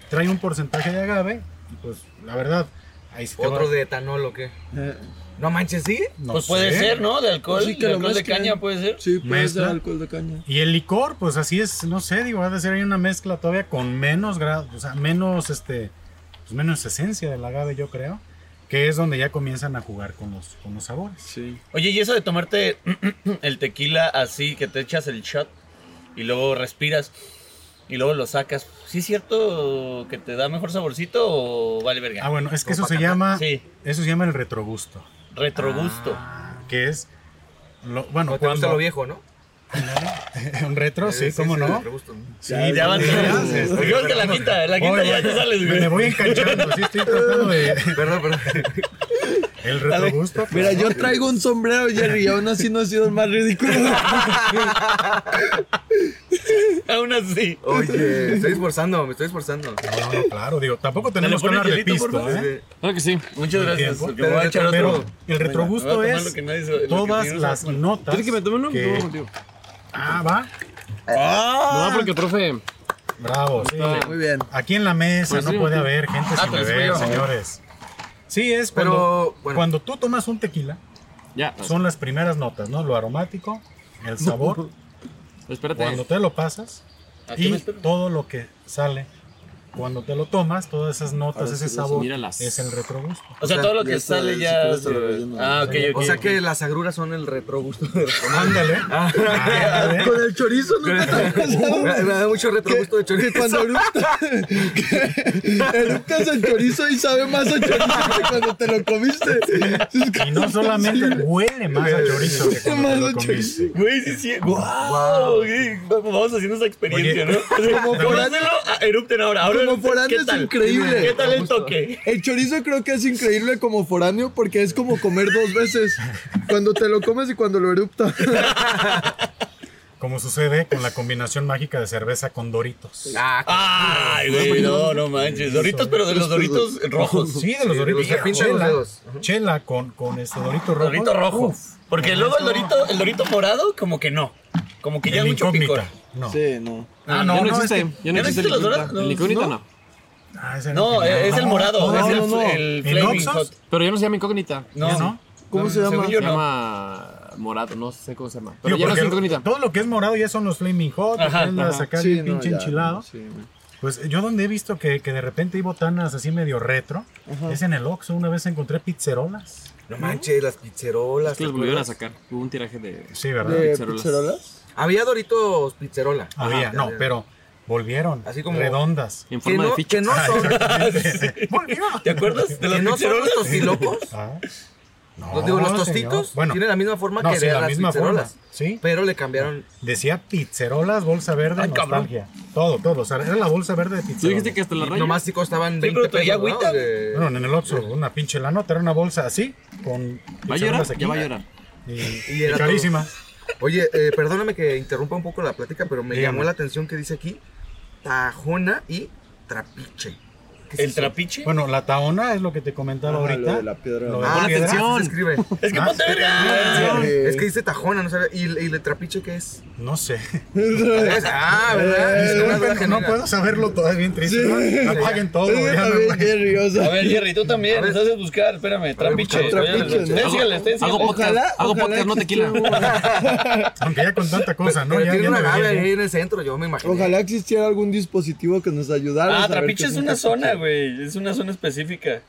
trae un porcentaje de agave, y pues la verdad, ahí sí te ¿Otro va- de etanol o qué? eh, No manches, ¿sí? no Pues puede sé. ser, ¿no? De alcohol, sí, que de lo alcohol de mezclen. caña puede ser. Sí, puede ser Mezcla. alcohol de caña. Y el licor, pues así es, no sé, digo, ha de ser ahí una mezcla todavía con menos grados, o sea, menos, este, pues menos esencia del agave, yo creo, que es donde ya comienzan a jugar con los, con los sabores. Sí. Oye, y eso de tomarte el tequila así, que te echas el shot y luego respiras y luego lo sacas, ¿sí es cierto que te da mejor saborcito o vale verga? Ah, bueno, es que eso se Copacabana. llama, Sí. eso se llama el retrogusto, Retrogusto. que es, lo, bueno, No te gusta cuando... lo viejo, ¿no? un retro, sí, Eh, cómo sí, no. te gusta, ¿no? Sí, y ya van sí, sí, sí. Creo que la quinta, la quinta Oye, ya te sales, me, me güey. voy enganchando, sí, estoy tratando de... Perdón, perdón. El retrogusto. Mira, yo traigo un sombrero, Jerry, y aún así no ha sido el más ridículo. Aún así. Oye, me estoy esforzando, me estoy esforzando. No, no, claro, digo, tampoco tenemos que pones hablar de hielito, por pisto, favor? ¿eh? Claro que sí. Muchas gracias. tiempo. Yo me voy a echar Pero otro. el retrogusto Venga, me voy a tomar es lo que nadie se- lo que Todas ninguno se las va a- notas. ¿Quieres que me tome uno? que- No, contigo. Ah, va. Ah. No, porque el profe. Bravo. sí. Muy bien. Aquí en la mesa Pues no sí, puede sí. haber gente sin pues, beber, yo. señores. Sí, es Pero, cuando, bueno. cuando tú tomas un tequila, Ya. Ah. son las primeras notas, ¿no? Lo aromático, el sabor, Espérate. cuando te lo pasas Aquí me y espero. todo lo que sale Cuando te lo tomas, todas esas notas, Ahora ese sí, las- sabor míralas. es el retrogusto. O sea, sea, todo lo ya que está, sale si ya. quieres te lo relleno. Ah, ok, ok. O sea ok. que las agruras son el retrogusto. de los tomates. Ándale. Ándale. Con el chorizo nunca te había pasado? me, me da mucho retrogusto de Que chorizo. cuando eructas, que eructas el chorizo y sabe más a chorizo que cuando te lo comiste. Es Y no solamente huele más a chorizo que cuando te Más lo a comiste. Güey, sí, sí. ¡Guau! güey, Vamos haciendo esa experiencia, Oye, ¿no? Como por erupten ahora. ahora como por ¿qué antes, tal? increíble. ¿Qué tal el toque? El chorizo creo que es increíble como foráneo porque es como comer dos veces. Cuando te lo comes y cuando lo eruptas. Como sucede con la combinación mágica de cerveza con doritos. Ah, Ay, güey, no, no manches. Doritos, pero de los doritos rojos. Sí, de los Sí, de doritos. los que pinchan los chela dedos. chela con, con este dorito rojo. Dorito rojo. Uf, Porque luego el dorito, el dorito morado, como que no. Como que ya en es mucho picor. incógnita. No. Sí, no. Ah, ya no, no no, existe. es que- ya ¿Ya no existe el los incógnita. dorados? El incógnita no. Ah, ese No, eh, tenía. es el morado. No, es el, no, no. el ¿En Flaming Oxxos? Hot. Pero ya no se llama incógnita. ¿Ya No. no? ¿Cómo No, se llama? según yo se no. llama morado, no sé cómo se llama. Pero Digo, ya no es porque incógnita. Todo lo que es morado ya son los flaming hot, Ajá, tienden a ajá. sacar Sí, bien no, pinche ya, enchilado. sí, güey. Pues yo donde he visto que, que de repente hay botanas así medio retro, es en el Oxxo. Una vez encontré pizzerolas. No manches, las pizzerolas. Es que los volvieron a sacar. Hubo un tiraje de. Sí, ¿verdad? ¿De Pizzerolas. pizzerolas? Había Doritos pizzerola. Había, Ajá, no, ya, ya. pero volvieron. Así como- Redondas. En Que forma no, de ficha. que no son, Volvió. ¿Te acuerdas de los que no son los pizzerolas? tostilocos. Ah. No, Los- digo, los señor. tostitos Bueno, tienen la misma forma no, que sí, de la las misma forma. pizzerolas. Sí. Pero le cambiaron. Decía pizzerolas, bolsa verde, Ay, cabrón. nostalgia. Todo, todo. O sea, era la bolsa verde de Tú dijiste pizzerolas. que hasta la raya. Nomás sí costaban pero 20 pesos. traía ¿no? agüita. De- Bueno, en el Oxxo, una pinche la nota, era una bolsa así, con ¿Va a llorar? pizzerolas aquí. Ya va a llorar. Y, Y era y carísima. Oye, eh, perdóname que interrumpa un poco la plática, pero me Dígame. llamó la atención que dice aquí Tajona y Trapiche. ¿Qué es El eso? trapiche. Bueno, la taona es lo que te comentaba Ajá, ahorita. Ah, lo de la piedra. Lo de Ah, la piedra. atención. Se escribe. Es que Ah, ponte verga. Eh, Es que dice Tajona, no sabía. ¿Y, el- y el Trapiche qué es? No sé. Ah, ¿verdad? Es una duda Disculpen que no genuina. puedo saberlo, todo es bien triste. ¿no? Apaguen todo. ya no- Está bien, Jerry, o sea, A ver, Jerry, tú también. A ver. Nos haces buscar. Espérame, trapiche. buscar Oye, trapiche, Ustedes ¿no? síganle, ustedes Hago síganle. podcast, Ojalá- hago ojalá podcast, no que tequila. esté Aunque ya con tanta cosa, ¿no? Pero Ya, tiene ya una me nave veía ahí bien. en el centro, yo me imagino. Ojalá existiera algún dispositivo que nos ayudara. a Ah, saber trapiche qué es un una zona, tapiche. güey. Es una zona específica.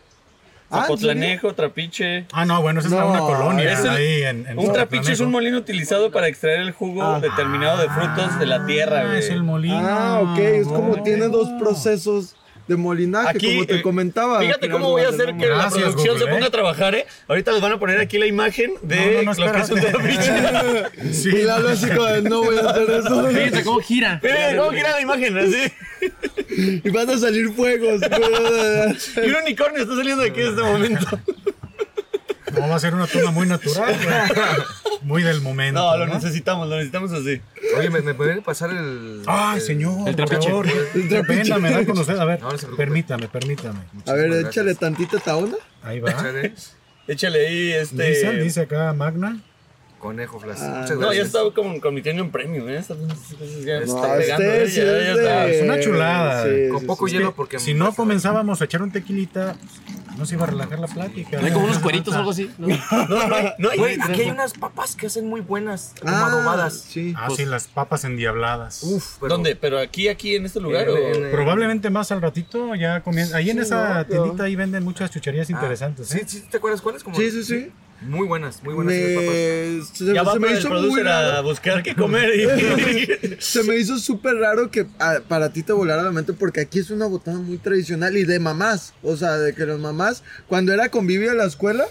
Ah, ¿en Zapotlanejo, trapiche. Ah, no, bueno, esa es la- No, una colonia. es el- ahí en, en Un trapiche Zapotlanejo. es un molino utilizado para extraer el jugo Ah. determinado de frutos de la tierra, Ah, güey. es el molino. Ah, ok, es como Oh. tiene dos procesos de molinaje, Aquí, como te eh, comentaba. Fíjate Gerardo cómo voy a hacer que la Gracias, producción Google, se ponga ¿eh? a trabajar, ¿eh? Ahorita les van a poner aquí la imagen de No, no, no, lo que es un espérate. trapiche. Sí. Y Lalo así como de, no voy a hacer eso. Fíjate cómo gira. Miren cómo gira la imagen, así. y van a salir fuegos. Y un unicornio está saliendo de aquí en este momento. No, va a ser una toma muy natural, güey. Muy del momento. No, lo necesitamos, lo necesitamos así. Oye, ¿me, me pueden pasar el. Ay, el- Ah, señor. El por trapiche. favor. El Qué trapiche. pena me da con usted. A ver, No, no se preocupe. permítame, permítame. a ver, Muchísimas échale tantita taona. Ahí va. gracias. Chale, Échale ahí este. Dice, dice acá Magna. Conejo, Flas. Ah, Muchas gracias. No, ya estaba como comitiendo un premio, ¿eh? Estas cosas ya No, está este pegando. ¿eh? sí Ya- ya es de- está. es una chulada. Con poco sí. hielo porque. Si me no pasa. comenzábamos a echar un tequilita, pues, no se iba a relajar la plática. Hay como unos cueritos o algo así. ¿no? No, no, hay- no, hay- Güey, aquí hay unas papas que hacen muy buenas, como Ah, adobadas. Sí. Ah, sí, las papas endiabladas. Uf, pero. ah, ¿Dónde? ¿Pero aquí, aquí, en este lugar? En- o- en- Probablemente más al ratito ya comienza. Ahí en Sí, esa ¿no? tiendita ahí venden muchas chucherías Ah, interesantes. Sí, ¿eh? sí, ¿te acuerdas cuáles? Como Sí, sí, sí. Muy buenas, muy buenas. esas papas. Me... Se, Ya va se me para el hizo muy producer a raro. buscar qué comer. y- Se me hizo súper raro que ah, para ti te volara la mente porque aquí es una botada muy tradicional y de mamás. O sea, de que las mamás, cuando era convivio en la escuela,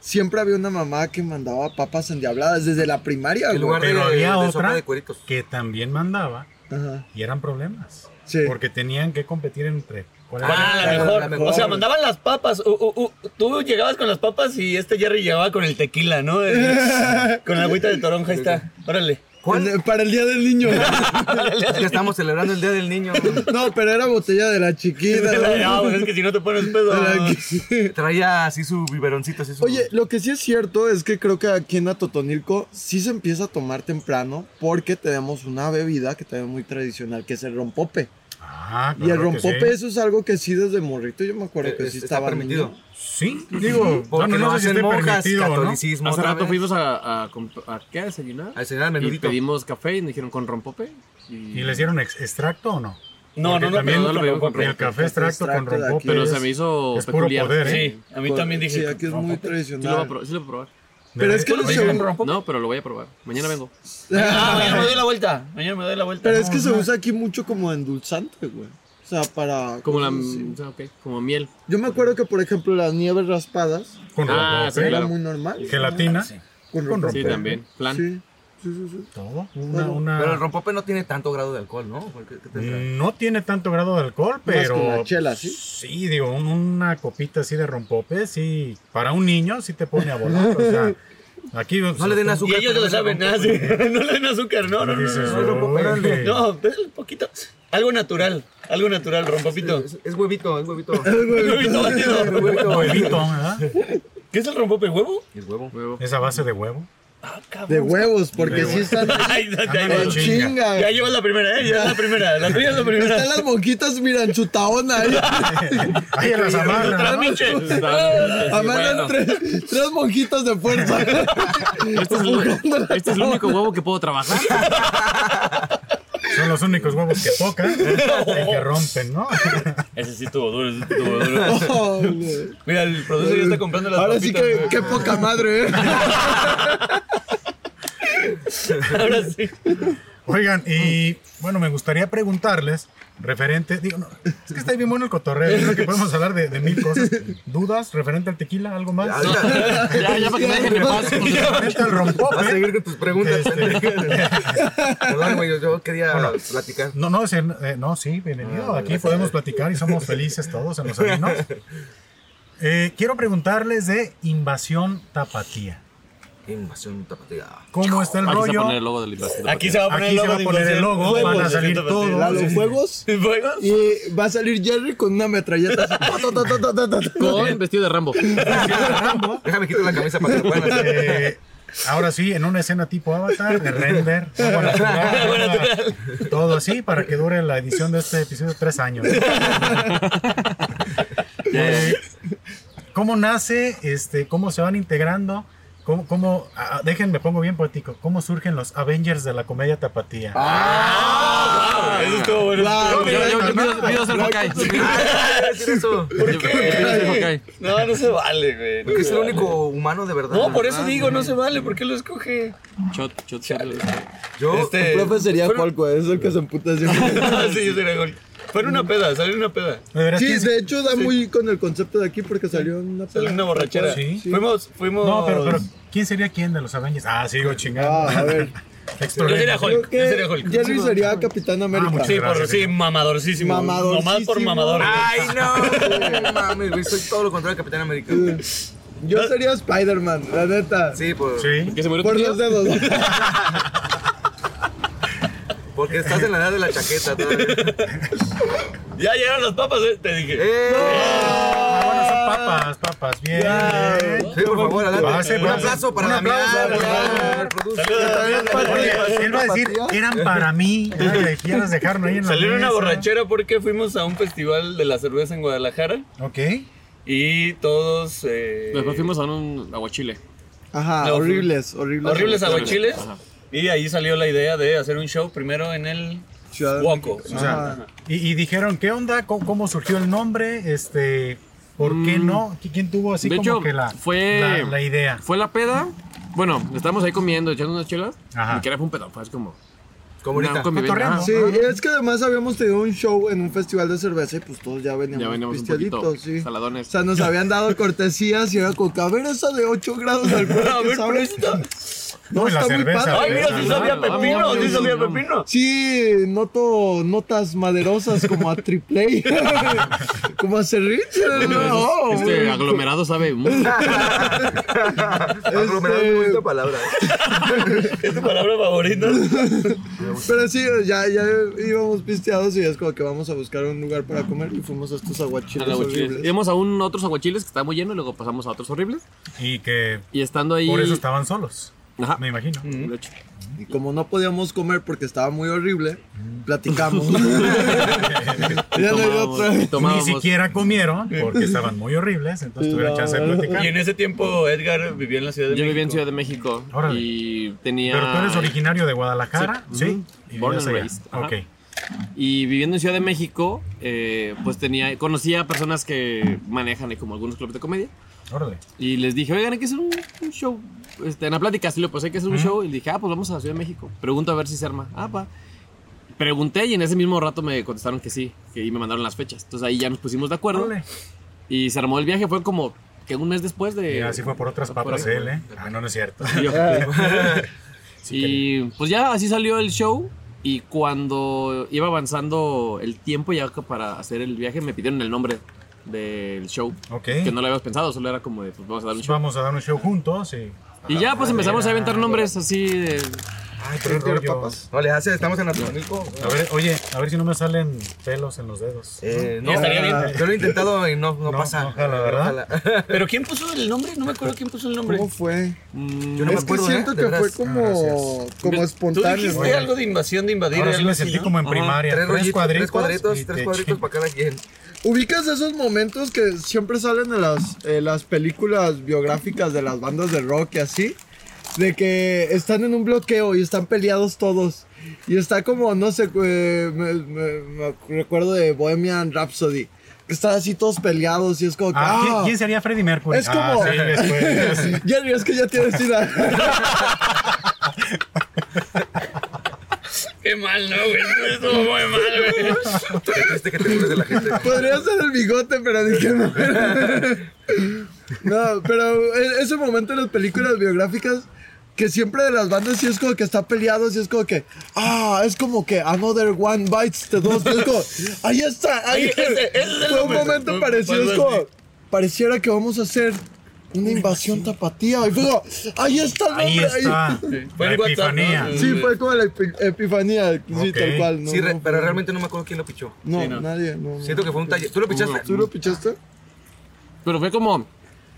siempre había una mamá que mandaba papas endiabladas desde la primaria, En lugar güey. de, Pero de, había sopa otra de cueritos. que también mandaba Ajá. y eran problemas. Sí. Porque tenían que competir entre. ¿Cuál era? Ah, la la mejor. mejor. O sea, mandaban las papas. Uh, uh, uh, Tú llegabas con las papas y este Jerry llegaba con el tequila, ¿no? Eh, con la agüita de toronja, ahí está. Órale. ¿Cuál? En- Para el día del niño. Es que estamos celebrando el Día del Niño. no, pero era botella de la chiquita. ¿no? No, pues es que si no te pones pedo. De la que- Traía así su biberoncito, así su... Oye, lo que sí es cierto es que creo que aquí en Atotonilco sí se empieza a tomar temprano porque tenemos una bebida que también es muy tradicional, que es el rompope. Ah, y el claro que sí. rompope eso es algo que sí desde morrito yo me acuerdo Eh, que es- sí está estaba permitido. niño. Sí, digo, Porque bueno, lo no sé si hacen esté monjas, permitido, ¿no? catolicismo. Hace otra rato vez. fuimos a, a, comp- a, ¿qué? a desayunar. Al cenar Y menudito. pedimos café y nos dijeron con rompope. ¿Y les dieron ex- extracto o no? No, Porque no, no, también pero no lo veo con ni el rompope. café extracto con Extracto de rompope. aquí Pero es- se me hizo es puro peculiar. poder, ¿eh? Sí, a mí también dije. Sí, aquí es muy rompope. Sí lo, voy a tradicional. probar, sí lo voy a probar. Pero es que ¿Lo los dije con según- rompope? No, pero lo voy a probar. Mañana vengo. Ah, mañana me doy la vuelta. Mañana me doy la vuelta. Pero es que se usa aquí mucho como endulzante, güey. O sea, para... Como la. cosas así. o sea, ok, Como miel. Yo me acuerdo que, por ejemplo, las nieves raspadas Con Ah, rompope, sí, era claro. muy normal. gelatina, con Sí, rompope. también. Plan. Sí, sí, sí. sí. Todo. Una, Pero- una- Mm. Pero el rompope no tiene tanto grado de alcohol, ¿no? ¿Qué- qué tendrá? No tiene tanto grado de alcohol, Más pero. que la chela, ¿sí? digo, un- una copita así de rompope, sí. Para un niño, sí te pone a volar. o sea, aquí. No le den Y azúcar. ellos lo saben, nada, sí. no le den azúcar, no, no, no. Dices, No, no, rompope. órale. no, pero un poquito. Algo natural, algo natural, rompopito. Es, es huevito, es huevito. Huevito batido. Huevito, ¿verdad? ¿Qué es el rompope huevo? Es huevo. Huevo. Esa base de huevo. Ah, cabrón. De Ah, huevos, porque De sí huevos. están... Ay, ya, ya, Ándale, en ya. chinga. chinga. Ya llevas la primera, ¿eh? Ya la primera. La tuya es la primera. Están las monjitas, mira, en chutaona. ahí. Ahí en las amarras. ¿no? Trasmiche. Amaran Bueno, tres, tres monjitas de fuerza. Este es, el, este es el único huevo que puedo trabajar. Son los únicos huevos que tocan y que rompen, ¿no? Ese sí tuvo duro, ese sí tuvo duro. Oh, güey. Mira, el productor ya está comprando las Ahora sí papitas, que güey. qué poca madre, ¿eh? Ahora sí. Oigan, y bueno, me gustaría preguntarles, referente, digo, no, es que está bien bueno el cotorreo, yo creo que podemos hablar de, de mil cosas. ¿Dudas referente al tequila? ¿Algo más? Ahorita Ya, ya para que me dejen en paz. Referente al vas a rompope. seguir con tus preguntas. Este, Perdón, güey, yo- yo quería platicar. no, no, se- eh, no, sí, bienvenido. Aquí podemos platicar y somos felices todos en los aminos. Eh, quiero preguntarles de invasión tapatía. Invasión tapatía. ¿Cómo está el Aquí se va a poner rollo? el logo del invasivo. Aquí se va a poner Aquí el se va a logo. de poner el invasión. logo, Huevos, van a de salir invasión todos. tapatía. A los juegos. ¿Juegos? Y va a salir Jerry con una metralleta. así, ta, ta, ta, ta, ta, ta, ta. Con vestido de Rambo. Déjame quitar la camisa para que lo puedan hacer. Eh, ahora sí, en una escena tipo Avatar, de render, agua natural, Agua agua- natural. todo así para que dure la edición de este episodio tres años. Eh, ¿Cómo nace? Este, ¿Cómo se van integrando? ¿Cómo, cómo- ah, déjenme, pongo bien poético. ¿Cómo surgen los Avengers de la comedia tapatía? Ah, Eso estuvo bueno. Yo, Claro, yo, yo pido, pido ser Hawkeye. decir eso? Yo pido ser Hawkeye. No, no se vale, güey. no Porque es se el vale. único humano de verdad. No, por eso digo, no se vale. ¿Por qué lo escoge? Shot, shot, shot. Yo, Este- El profe sería Fueron- Hulk, güey, es el que se emputa siempre. sí, yo sería gol. Fue en una peda, salió en una peda. De veras, Sí, ¿quién se- de hecho da muy con el concepto de aquí porque salió en una Salió en una borrachera. Sí. Fuimos, fuimos. no, pero, pero ¿quién sería quién de los Avengers? Ah, sigo chingando. Ah, a ver. Exploré. Yo sería Hulk. Yo sería Hulk. Jerry sería Capitán América. muchas Sí, por, Gracias, sí, señor. mamadorcísimo. Mamadorcísimo. Nomás por mamador. Ah. Ay, no, güey, mames, güey, soy todo lo contrario de Capitán América. güey. Yo sería Spider-Man, la neta. Sí, por, Sí. Que se murió tu Por tío. los dedos. porque estás en la edad de la chaqueta. todavía. Ya llegaron los papas, eh, te dije. ¡Eh! Ah, bueno, son papas, papas. Bien. bien. Sí, por favor, Va a adelante. ser- Un abrazo para un aplauso, Damián. por Damián, produce. Oye, pues, él va a decir, eran para mí. Ya que quieras dejarlo ahí en la Salió en una mesa. borrachera porque fuimos a un festival de la cerveza en Guadalajara Ok. y todos. eh, Después fuimos a un aguachile. Ajá, No, horribles, horribles. Horribles aguachiles. Ajá. Y ahí salió la idea de hacer un show primero en el Ciudad de Huoco. O sea, y, y dijeron, ¿qué onda? ¿Cómo, cómo surgió el nombre? Este, ¿Por qué Mm. no? ¿Qui- ¿Quién tuvo así de como hecho, que la, fue- la, la idea? Fue la peda. Bueno, estábamos ahí comiendo, echando unas chelas. Ajá. Ni que era un pedo, fue así como. Como ahorita. una convivencia. Cotorreando. Ajá. Sí, es que además habíamos tenido un show en un festival de cerveza y pues todos ya veníamos, Ya veníamos un pisteaditos, poquito sí. saladones. O sea, nos habían dado cortesías y era con cabeza de 8 grados de alcohol. A ¿qué ver, pero sabes? esto- No, y la cerveza, Ay, mira, sí Ajá. sabía Vamos, pepino, sí vamos, sabía vamos. pepino. Sí, noto notas maderosas como a triple A. como a cerritos. Oh. No, Oh. Este aglomerado sabe mucho. Aglomerado es muy bonita palabra. eh. Es tu palabra favorita. Pero sí, ya, ya íbamos pisteados y es como que vamos a buscar un lugar para comer y fuimos a estos aguachiles Al aguachiles. horribles. Íbamos a un otros aguachiles que estaba muy lleno y luego pasamos a otros horribles. Y que Y estando ahí. por eso estaban solos. Ajá. Me imagino. De hecho. Y como no podíamos comer porque estaba muy horrible, platicamos. ya no hay Tomábamos- otra. y Ni tomábamos. siquiera comieron porque estaban muy horribles, entonces tuvieron chance de platicar. Y en ese tiempo Edgar vivía en la Ciudad de Yo México. vivía en Ciudad de México. Órale. Y tenía. Pero tú eres originario de Guadalajara, ¿sí? Ah, Sí. Y Born vivías and allá. raised, ajá. Ok. Y viviendo en Ciudad de México, eh, pues tenía, conocía a personas que manejan ahí como algunos clubes de comedia. Órale. Y les dije, oigan, hay que hacer un, un show. Este, en la plática, así lo pues hay que hacer un show. Y dije, ah, pues vamos a la Ciudad de México. Pregunto a ver si se arma. Ah, pa. Pregunté y en ese mismo rato me contestaron que sí, que y me mandaron las fechas. Entonces ahí ya nos pusimos de acuerdo. Órale. Y se armó el viaje, fue como que un mes después de... Y así fue por otras por papas ahí. él, ¿eh? Ah, no, no es cierto. Y yo- Sí, y pues ya así salió el show. Y cuando iba avanzando el tiempo ya que para hacer el viaje, me pidieron el nombre del show. Ok. Que no lo habíamos pensado, solo era como de, pues vamos a dar un Pues show. Vamos a dar un show juntos y... Y ya pues empezamos a aventar nombres así de... Ay, qué rollo. papas? No le hace, estamos en Atlántico. A ver, oye, a ver si no me salen pelos en los dedos. Eh, no, Estaría bien. yo lo he intentado y no, no, No, pasa. no jala, ¿verdad? Ojalá. Pero ¿quién puso el nombre? No me acuerdo quién puso el nombre. ¿Cómo fue? mm, Yo no me es que acuerdo, siento ¿eh? De que fue Ah, veras. como, como Tú espontáneo. dijiste güey. algo de invasión, de invadir. Ahora sí algo me así, sentí ¿no? como en Ajá. primaria. Tres, rollitos, cuadritos. tres cuadritos, y tres te cuadritos para cada quien. ¿Ubicas esos momentos que siempre salen en las, en las películas biográficas de las bandas de rock y así? De que están en un bloqueo y están peleados todos. Y está como, no sé, eh, me, me- me recuerdo de Bohemian Rhapsody. Que están así todos peleados y es como que... Ah, ¿quién, "Ah, quién sería Freddie Mercury? Es como- Ah, sí, después. Jerry, es que ya tienes sida. Qué mal, ¿no, güey? Estuvo muy mal, güey. Qué triste que te burles de la gente. Podría ser el bigote, pero dije no. No, pero e- ese momento en las películas biográficas, que siempre de las bandas sí es como que está peleado, sí es como que, ah, es como que Another One Bites the Dust. Es como, ahí está, ahí Ahí, ese- ese es el Fue un momento. momento parecido, es como, pareciera que vamos a hacer una invasión tapatía. Y fue como, ahí está el Ahí nombre, ahí". está. Fue La en WhatsApp, ¿no? epifanía. Sí, fue como la epi- epifanía, sí, Ok. tal cual. No, Sí, re- no, pero no. realmente no me acuerdo quién lo pichó. No, Sí, no. nadie. No, no. Siento que fue un taller. ¿Tú lo pichaste? ¿Tú lo pichaste? Pero fue como Un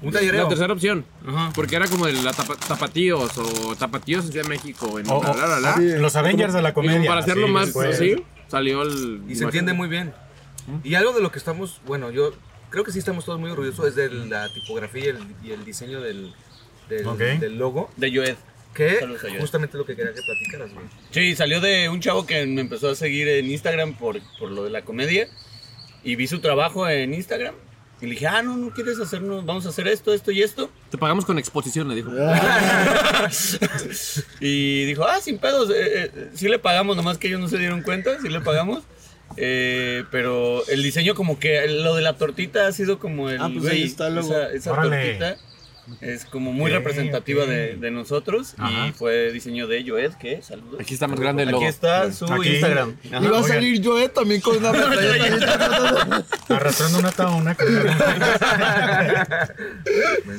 la tallereo. tercera opción. Porque era como de la tapa- tapatíos o tapatíos en Ciudad de México. En O- o- bla, bla, bla, bla. sí. Los Avengers de la Y como comedia. para hacerlo Sí, pues, más después. así, salió el... Y se entiende muy bien. Y algo de lo que estamos, bueno, yo creo que sí estamos todos muy orgullosos es de la tipografía y el, y el diseño del, del, Ok. del logo, De Joed. que Saludos a Joel. justamente lo que quería que platicaras, güey. Sí, salió de un chavo que me empezó a seguir en Instagram por, por lo de la comedia. Y vi su trabajo en Instagram. Y le dije, ah, no, no quieres hacernos, vamos a hacer esto, esto y esto. Te pagamos con exposición, le Ah. dijo. y dijo, ah, sin pedos, eh, eh, sí le pagamos, nomás que ellos no se dieron cuenta, sí le pagamos. Eh, pero el diseño como que lo de la tortita ha sido como el Ah, pues güey, ahí está el logo. esa, esa Órale. tortita es como muy Ok, representativa ok. de, de nosotros y Ajá. fue diseño de Joed, que saludos. Aquí está más grande el logo. Aquí está su Aquí. Instagram. y va a oigan. salir yo también con una pantalla. Arrastrando una taona. con- Buen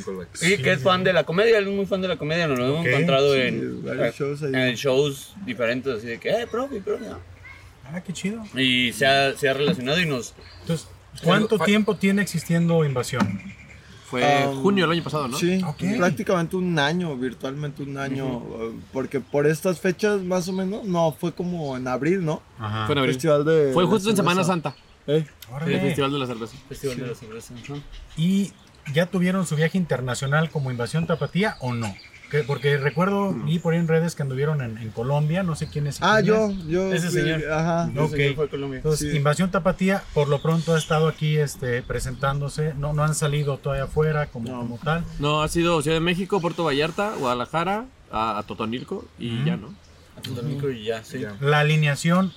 callback. Sí, que es fan de la comedia, él es muy fan de la comedia, nos lo hemos Ok. encontrado en, varios shows ahí. en shows diferentes, así de que, eh, profe, profe. Ah, qué chido. Y se ha, se ha relacionado y nos, Entonces, ¿cuánto Fa- tiempo tiene existiendo Invasión? Fue Um, junio del año pasado, ¿no? Sí, Ok. prácticamente un año, virtualmente un año, eh, porque por estas fechas más o menos, no, fue como en abril, ¿no? Ajá. Fue en abril. Festival de... Fue la justo en cerveza. Semana Santa, Eh, Órale. el Festival de la Cerveza. Festival de la Cerveza. ¿Y ya tuvieron su viaje internacional como Invasión Tapatía o no? Que- Porque recuerdo, vi por ahí en redes que anduvieron en, en Colombia, no sé quién es. Ah, yo, yo. Ese fui- señor. Ajá. No, Ok. fue a Colombia. Entonces, Sí. Invasión Tapatía por lo pronto ha estado aquí este, presentándose, no, no han salido todavía afuera como, No. como tal. No, ha sido Ciudad de México, Puerto Vallarta, Guadalajara, a, a Totonilco y ya, ¿no? A Totonilco y ya, sí. Ya. La alineación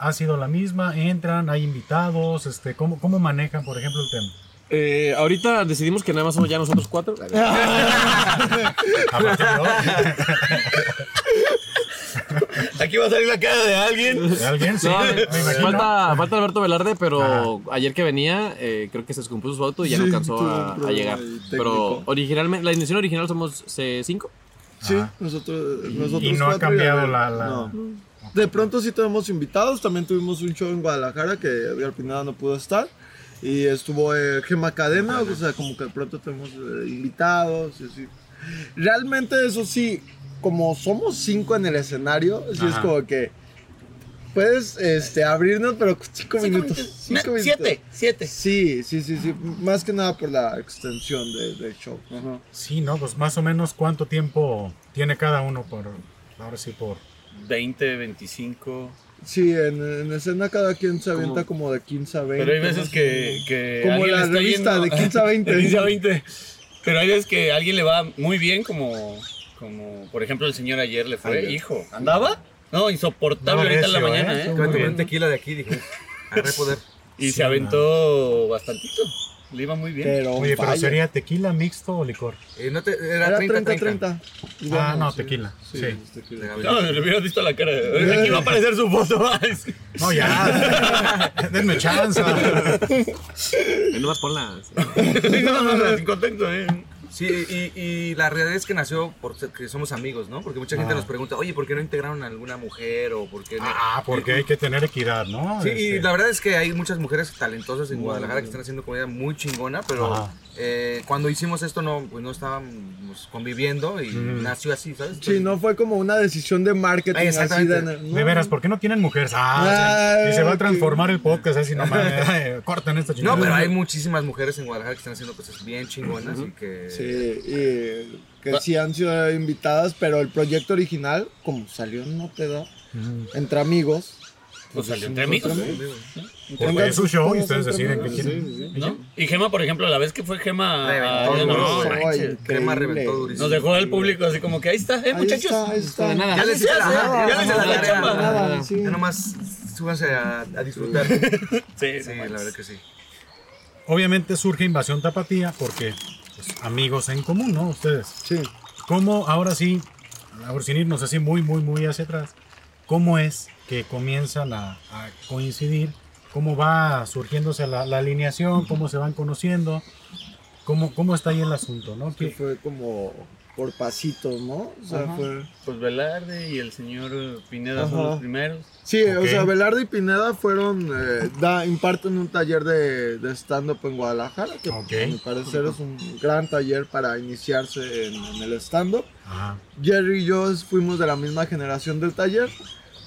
ha sido la misma, entran, hay invitados, este, ¿cómo, cómo manejan, por ejemplo, el tema? Eh, ahorita decidimos que nada más somos ya nosotros cuatro. Ah, A partir de hoy, Aquí va a salir la cara de alguien. ¿Alguien? Sí, No, me imagino. falta, falta Alberto Velarde, pero ayer que venía, eh, creo que se descompuso su auto y ya no Sí, alcanzó tuvo un a, a problema llegar. ahí técnico. Pero originalmente, la intención original somos C5. Sí, Ajá. nosotros, nosotros y no ha cuatro cambiado Abel. la- la- No. De pronto sí tuvimos invitados, también tuvimos un show en Guadalajara que al final no pudo estar. Y estuvo eh, Gema Cadena, o sea, como que de pronto tenemos eh, invitados y así. Realmente eso sí, como somos cinco en el escenario, sí es Ajá. como que puedes este, abrirnos, pero con cinco, minutos. Cinco minutos. Siete, siete. Sí, sí, sí, sí. Más que nada por la extensión de- del show. Ajá. Sí, ¿no? Pues más o menos cuánto tiempo tiene cada uno por, ahora sí, por... 20, 25. Sí, en, en escena cada quien se avienta como de 15 a 20. Pero hay no veces sé. que. que Como alguien le la está revista de 15 a 20. de 15 a 20. Pero hay veces que a alguien le va muy bien, como. como por ejemplo, el señor ayer le fue. Ayer. Hijo. ¿Andaba? No, insoportable Andaba ahorita en la recio, mañana, ¿eh? ¿eh? Estuvo Que me muy tomé bien. un tequila de aquí, dije, agarré poder. Y Sí, se aventó bastantito. Le iba muy bien. Pero, Oye, pero vaya. sería tequila mixto o licor. Eh, no te, era, Era 30, 30-30. 30. Ah, Digamos, no, sí. tequila. Sí. es De tequila. Gabriel. No, le hubiera visto la cara. Ahorita Aquí va a aparecer su foto. No, ya. Denme chance. Ahí nomás ponla. sí. no, no, no, sin contexto, ¿eh? Sí, y, y la realidad es que nació porque somos amigos, ¿no? Porque mucha gente Ah. nos pregunta, oye, ¿por qué no integraron a alguna mujer o por qué no? Ah, porque hay que tener equidad, ¿no? Sí, Este, y la verdad es que hay muchas mujeres talentosas en Guadalajara que están haciendo comida muy chingona, pero Ajá. eh, cuando hicimos esto no, pues no estábamos conviviendo y nació así, ¿sabes? Sí, no fue como una decisión de marketing. Ay, así exactamente. de, no, De veras, ¿por qué no tienen mujeres? Ah, Ah, y se va a ok. transformar el podcast así nomás. Corten esta chingada. No, pero hay muchísimas mujeres en Guadalajara que están haciendo cosas bien chingonas y que... Sí, y que sí han sido invitadas, pero el proyecto original, como salió en No Te Da, entre amigos. Pues salió entre amigos. Porque pues, es su show y ustedes deciden qué quieren. ¿no? Y Gema, por ejemplo, la vez que fue Gema. Reventó, ah, no, ¿no? manches. crema reventó durísimo. Nos dejó al público así como que ahí está, eh, muchachos. De nada. Ya les hice la, nada, ya les hice la nada, tarea. nada, sí. Ya nomás súbanse a, a disfrutar. Sí, Sí, no la manches. verdad que sí. Obviamente surge Invasión Tapatía porque pues, amigos en común, ¿no? Ustedes. Sí. ¿Cómo ahora sí, ahora sin irnos así muy, muy, muy hacia atrás, cómo es que comienzan a, a coincidir? ¿Cómo va surgiéndose la, la alineación? ¿Cómo se van conociendo? ¿Cómo, ¿Cómo está ahí el asunto, no? Que ¿Qué- fue como por pasitos, ¿no? O sea, Ajá. fue... Pues Velarde y el señor eh, Pineda son Ajá. los primeros. Sí, o Ok. sea, Velarde y Pineda fueron, eh, da, imparten un taller de, de stand-up en Guadalajara, que Ok. a mi parecer es un gran taller para iniciarse en, en el stand-up. Ajá. Jerry y yo fuimos de la misma generación del taller,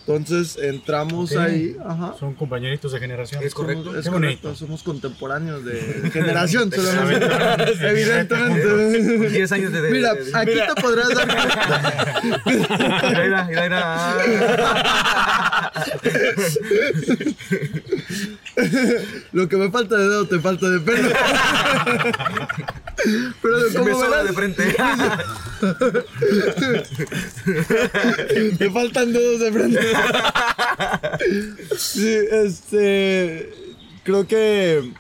entonces entramos Ok. ahí, ajá. Son compañeritos de generación. Es correcto. Somos, es Qué correcto, bonito. somos contemporáneos de generación, solamente. Evidentemente. Evidentemente. 10 años de... de- Mira, de- aquí te podrás dar cuenta. Mira, mira, mira, mira. Lo que me falta de dedo te falta de pelo. Pero de Me cómo sobra de verás, frente. te faltan dedos de frente. Sí, este. Creo que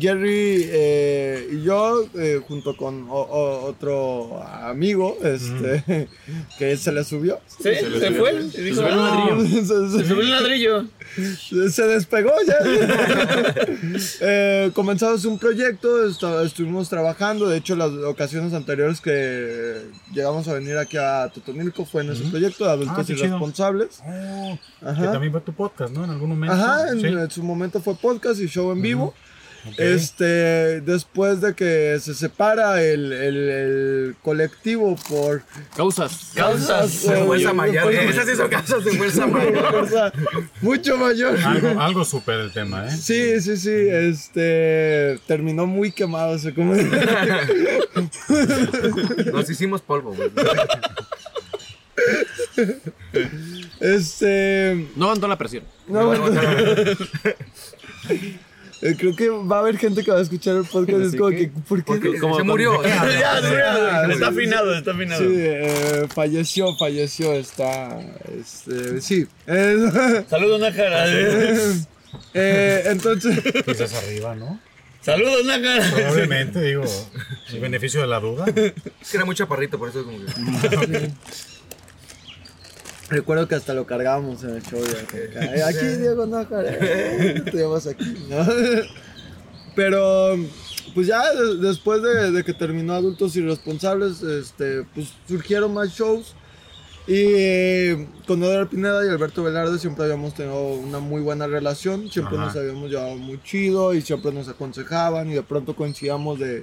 Jerry eh, y yo, eh, junto con o- o- otro amigo, este, que se le subió. Sí, Pues se, fue. Y dijo, subió el "Ah, ladrillo". Se- se se- subió el ladrillo. Se se despegó ya. Eh, comenzamos un proyecto, esta- estuvimos trabajando. De hecho, las ocasiones anteriores que llegamos a venir aquí a Totonilco fue en ese proyecto de Ah, adultos qué chido. irresponsables. Oh, que Ajá. también fue tu podcast, ¿no? En algún momento. Ajá, en, Sí. en su momento fue podcast y show en vivo. Ok. Este, después de que se separa el, el- el colectivo por Causas. Causas. Ah, Se fue esa mayor. eh. Pues, Esas sí son causas de fuerza mayor. o sea, mucho mayor. Algo, algo súper el tema, ¿eh? Sí, sí, sí, este terminó muy quemado ese comentario. Nos hicimos polvo, güey. Este, No aguantó la presión. no, bueno, eh, creo que va a haber gente que va a escuchar el podcast y es Así como que, que, ¿por qué? Porque Como se con- murió. Ya, sí, ya, sí. está afinado, está afinado. Sí, eh, falleció, falleció, está, este, sí. Eh, Saludos, Nájara. eh, entonces, Quizás arriba, ¿no? Saludos, Nájara. Probablemente, digo, el beneficio de la duda. Es que era muy chaparrito, por eso es como que. recuerdo que hasta lo cargábamos en el show. ya, como que, "Ay, Aquí, Diego Nájar, eh, te llevas aquí, ¿no? Pero, pues ya de- después de, de que terminó Adultos Irresponsables, este, pues surgieron más shows. Y eh, con Eduardo Pineda y Alberto Velarde siempre habíamos tenido una muy buena relación, siempre Ajá. nos habíamos llevado muy chido y siempre nos aconsejaban y de pronto coincidíamos de,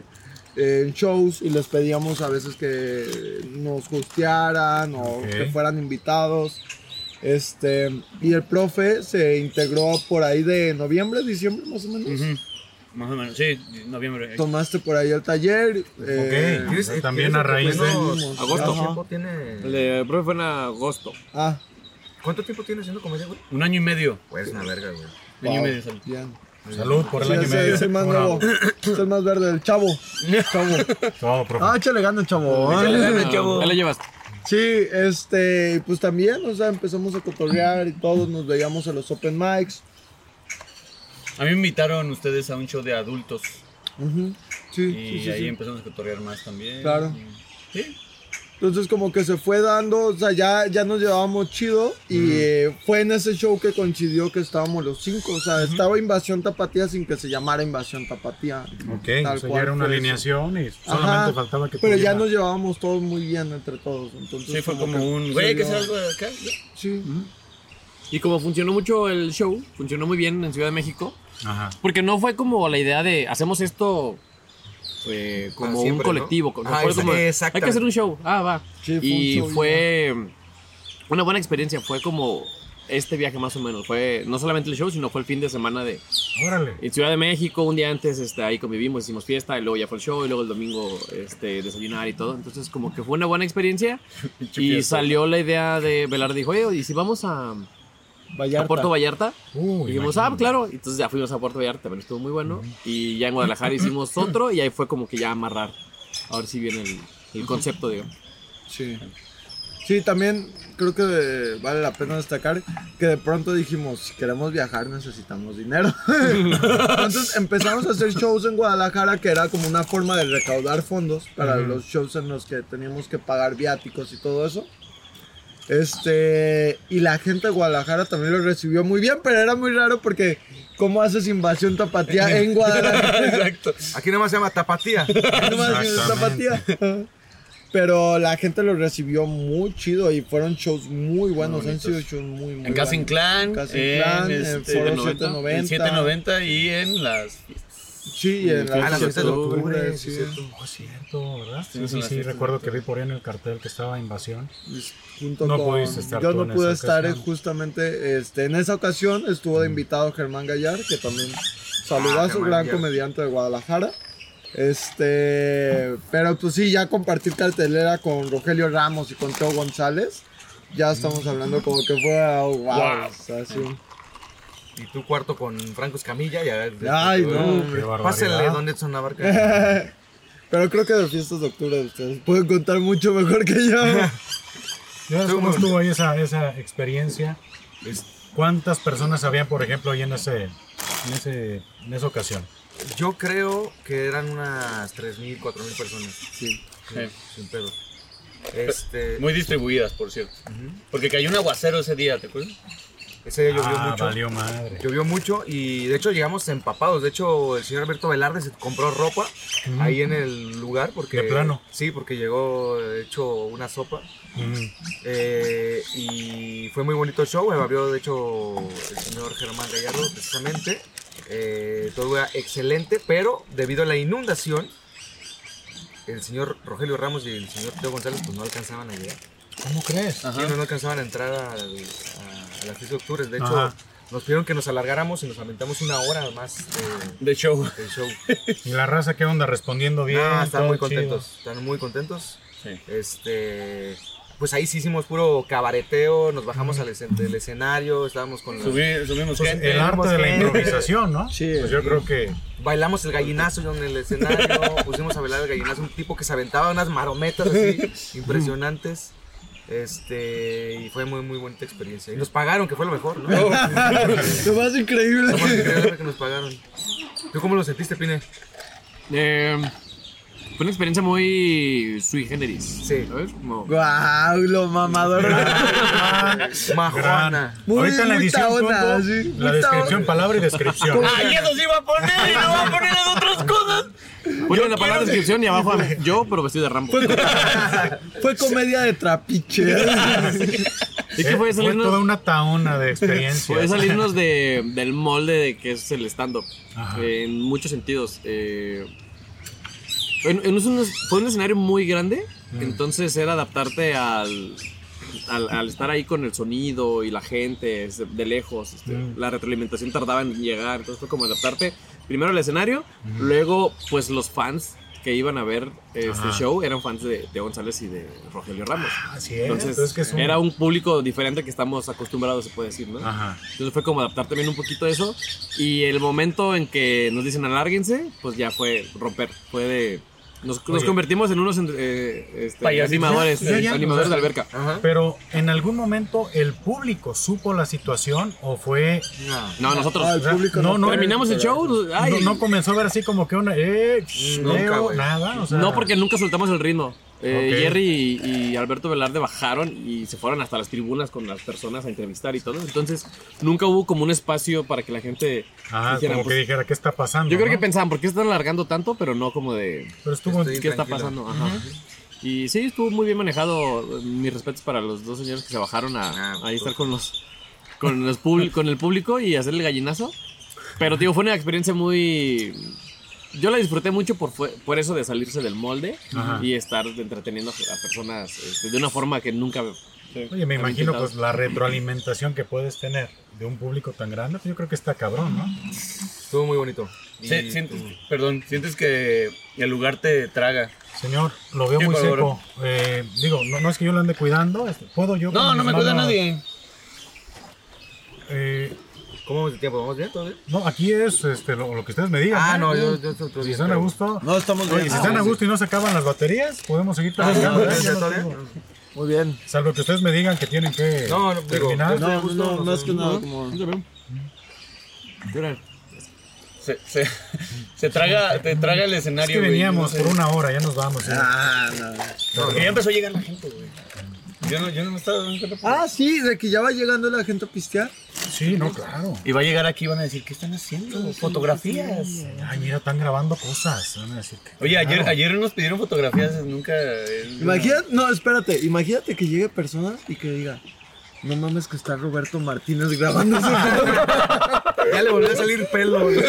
eh, en shows y les pedíamos a veces que nos hostearan o Ok. que fueran invitados. Este, y el profe se integró por ahí de noviembre, diciembre más o menos. Ujú. Más o menos, sí, noviembre. Tomaste por ahí el taller. eh, Ok. ¿Quieres- Mm, También quieres a raíz de- decirnos Agosto. ¿Cuánto tiempo tiene? El eh, profe fue en agosto. Ah, ¿Cuánto tiempo tienes haciendo comedia, güey? Un año y medio. Pues una verga, güey. Un año y medio. sal- Ya. Salud por el Sí, año y ese medio. es el más Bravo. nuevo. Es el más verde, el chavo. Chavo. No, profe. Ah, échale gana, chavo. Ya Ah. le- ya le llevas. Sí, este, pues también, o sea, empezamos a cotorrear y todos nos veíamos a los open mics. A mí me invitaron ustedes a un show de adultos. Ujú. Sí, sí, Y sí, ahí sí. empezamos a cotorrear más también. Claro. Sí. Entonces como que se fue dando, o sea, ya, ya nos llevábamos chido y eh, fue en ese show que coincidió que estábamos los cinco, o sea, estaba Invasión Tapatía sin que se llamara Invasión Tapatía. Ok, Tal o sea, cual ya era una fue eso. alineación y Ajá, solamente faltaba que Pero ya tuviera- nos llevábamos todos muy bien entre todos, entonces... Sí, fue como que un. se Güey, que dio- sea algo de acá. Sí, Y como funcionó mucho el show, funcionó muy bien en Ciudad de México, Ajá. porque no fue como la idea de hacemos esto eh, Para como un siempre, ¿no? colectivo. como- Ah, fue como, exactamente. Hay que hacer un show. Ah, va. Sí, fue y un show, fue una buena experiencia. Fue como este viaje más o menos. Fue no solamente el show, sino fue el fin de semana de Órale. en Ciudad de México. Un día antes este, ahí convivimos, hicimos fiesta y luego ya fue el show y luego el domingo este, desayunar y todo. Entonces como que fue una buena experiencia. y salió la idea de Velar dijo, oye, ¿y si vamos a, a Vallarta. Puerto Vallarta? Uh, Y dijimos, ah, imagínate. claro. Entonces ya fuimos a Puerto Vallarta, también estuvo muy bueno. Y ya en Guadalajara hicimos otro y ahí fue como que ya amarrar. A ver si viene el, el concepto, digamos. Sí. Sí, también creo que eh, vale la pena destacar que de pronto dijimos, si queremos viajar necesitamos dinero. Entonces empezamos a hacer shows en Guadalajara que era como una forma de recaudar fondos para los shows en los que teníamos que pagar viáticos y todo eso. Este, y la gente de Guadalajara también lo recibió muy bien, pero era muy raro porque ¿cómo haces invasión tapatía en Guadalajara? Exacto. Aquí nomás se llama tapatía. No más, es Exactamente. tapatía. Pero la gente lo recibió muy chido y fueron shows muy buenos. Han sido shows muy, muy En Casa buenos. Inclán, Casa Inclán, en en este, Foro 790, 790. en 790 y en las. Sí, y en la, Ah, la fiesta fiesta de octubre, sí. sí, cierto. Oh, es cierto, ¿verdad? Sí, Sí, sí, son sí. las fiestas recuerdo que vi por ahí en el cartel que estaba Invasión. Es- junto No con- pudiste estar Yo tú no en pude esa estar eh, ocasión. Mm. justamente este, en esa ocasión. Estuvo de invitado Germán Gallar, que también Ah, saludazo, Germán gran Gallar. comediante de Guadalajara. Este, pero pues sí, ya compartir cartelera con Rogelio Ramos y con Teo González. Ya estamos hablando como que fue oh, wow, o sea, sí. Y tu cuarto con Franco Escamilla. Ya, Ay, no, Qué hombre. barbaridad. este, Pásenle, don Edson Navarca. Pero creo que de fiestas de octubre ustedes pueden contar mucho mejor que yo. Ya ves Tú, ¿Cómo güey. estuvo ahí esa, esa experiencia? Es- ¿Cuántas personas habían, por ejemplo, ahí en, ese, en, ese, en esa ocasión? Yo creo que eran unas 3.000, 4.000 personas. Sí. Sí. Sin pedo. Este, Muy distribuidas, por cierto. Porque cayó un aguacero ese día, ¿te acuerdas? ese día llovió ah, mucho. valió madre. Llovió mucho y de hecho llegamos empapados. De hecho, el señor Alberto Velarde se compró ropa ahí en el lugar porque. De plano. Sí, porque llegó eh, hecho una sopa. Mm, Eh, y fue muy bonito el show, me abrió de hecho el señor Germán Gallardo precisamente. Eh, todo era excelente, pero debido a la inundación, el señor Rogelio Ramos y el señor Teo González pues no alcanzaban a llegar. ¿Cómo crees? Sí, no, no alcanzaban a entrar al- a, a las 6 de octubre. De hecho, Ajá. nos pidieron que nos alargáramos y nos aventamos una hora más de- De show. del show. ¿Y la raza qué onda? ¿Respondiendo bien? Ah, están todo muy chido? contentos, están muy contentos. Sí. Este, pues ahí sí hicimos puro cabareteo, nos bajamos al escen- del escenario, estábamos con los- Subí- subimos Pues, gente. el arte de la gente. improvisación, ¿no? Sí. Pues yo creo que bailamos el gallinazo en el escenario, pusimos a bailar el gallinazo un tipo que se aventaba unas marometas así impresionantes. Este, y fue muy muy bonita experiencia. Y nos pagaron, que fue lo mejor, ¿no? Lo más Lo más increíble. increíble que nos pagaron. ¿Tú cómo lo sentiste, Pine? Eh, fue una experiencia muy sui generis. Sí. ¿Sabes? Como- Guau, lo mamador. Majuana. Muy- Ahorita en la muy edición taona, pongo sí, muy la descripción, taona. palabra y descripción. ¡Ay, Ah, eso sí iba a poner! ¡Y no va a poner las otras cosas! Ponle la palabra descripción y abajo yo, pero vestido de Rambo. Fue comedia de trapiche. ¿Y qué fue? Eh, Salirnos, toda una taona de experiencia. fue salirnos de- del molde de que es el stand-up. Ajá. eh, En muchos sentidos. eh, en- en un- fue un escenario muy grande, Mm. entonces era adaptarte al, al, al estar ahí con el sonido y la gente este, de lejos. este, Mm. La retroalimentación Mm. tardaba en llegar, entonces fue como adaptarte primero al escenario, luego pues los fans que que iban a ver este Ajá. show eran fans de Teo González y de Rogelio Ramos. Así es. Entonces, entonces que es un- era un público diferente que estamos acostumbrados, se puede decir, ¿no? Ajá. Entonces fue como adaptar también un poquito a eso. Y el momento en que nos dicen alárguense, pues ya fue romper. Fue de. Nos, nos Oye. convertimos en unos eh, este, Payasitos. animadores, Ya, ya, ya. animadores de alberca. Ajá. Pero en algún momento el público supo la situación o fue... No. No, nosotros Ah, el público no, no, no, terminamos el show. nos- ay, No, no comenzó a ver así como que una... Eh, shh, Nunca, Leo, güey. nada. o sea, No, porque nunca soltamos el ritmo. Eh, Ok. Jerry y, y Alberto Velarde bajaron y se fueron hasta las tribunas con las personas a entrevistar y todo. Entonces, nunca hubo como un espacio para que la gente Ajá, dijera, Ah, como pues, que dijera, ¿qué está pasando? Yo creo que no? pensaban, ¿por qué están alargando tanto? Pero no como de, Pero estuvo... Estoy- Sí, ¿qué está tranquilo. pasando? Ajá. Y sí, estuvo muy bien manejado. Mis respetos para los dos señores que se bajaron a, Ah, a ahí pues. estar con los con los públi- con el público y hacer el gallinazo. Pero digo, fue una experiencia muy yo la disfruté mucho por, fue- por eso de salirse del molde Ajá. y estar entreteniendo a personas este, de una forma que nunca Oye, me había imagino intentado. pues la retroalimentación que puedes tener de un público tan grande, pues yo creo que está cabrón, ¿no? Estuvo muy bonito. Y- Sí, sientes- perdón, sientes que el lugar te traga. Señor, lo veo Sí, muy por favor. seco. Eh, digo, no, no es que yo lo ande cuidando, este, puedo yo... No, con no mis me acuerda manos, nadie. eh, ¿Cómo vamos de tiempo? ¿Vamos bien? ¿Todo bien? no, aquí es este, lo, lo que ustedes me digan. Ah, ¿eh? no, yo, yo estoy todo Si bien, están a pero- gusto, No, estamos Oye, bien. si están a gusto y no se acaban las baterías, podemos seguir platicando. ¿eh? Yo no ¿Todo tengo- bien? Muy bien. Salvo que ustedes me digan que tienen que No, no, digo, terminar. no. No, no, no, no es que nada. Como... Yo era- Se, se, se traga, te traga el es escenario. que güey, veníamos no sé. por una hora, ya nos vamos. ¿eh? Ah, no. Porque ya empezó a llegar la gente, güey. Yo no, yo no me estaba dando cuenta. Ah, sí, de que ya va llegando la gente a pistear. Sí, no, claro. Y va a llegar aquí y van a decir, ¿qué están haciendo? Fotografías. Ay, mira, están grabando cosas. Van a decir que- Oye, ayer, Claro. ayer nos pidieron fotografías, nunca... es- Imagínate, no, espérate, imagínate que llegue persona y que diga, no mames que está Roberto Martínez grabando ese video". Ya le volvió a salir pelo. güey.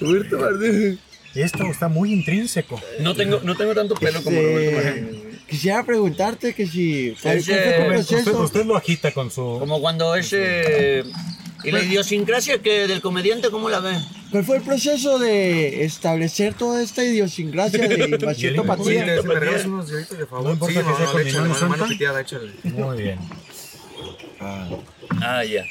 Roberto Martínez. Esto está muy intrínseco. No tengo, no tengo tanto pelo como Roberto Martínez, güey. Quisiera preguntarte que si... ¿cuál- cuál Ese- fue tu Usted, usted- proceso? usted lo agita con su. Como cuando ese... Y la idiosincrasia que del comediante, ¿cómo la ve? ¿Cuál fue el proceso de establecer toda esta idiosincrasia de invasión Oye, tapatía? si me regalas unos deditos, de favor. No importa sí, que sea con de hecho, limón mano, santa. mano piteada, échale. Muy bien. Ah, ya.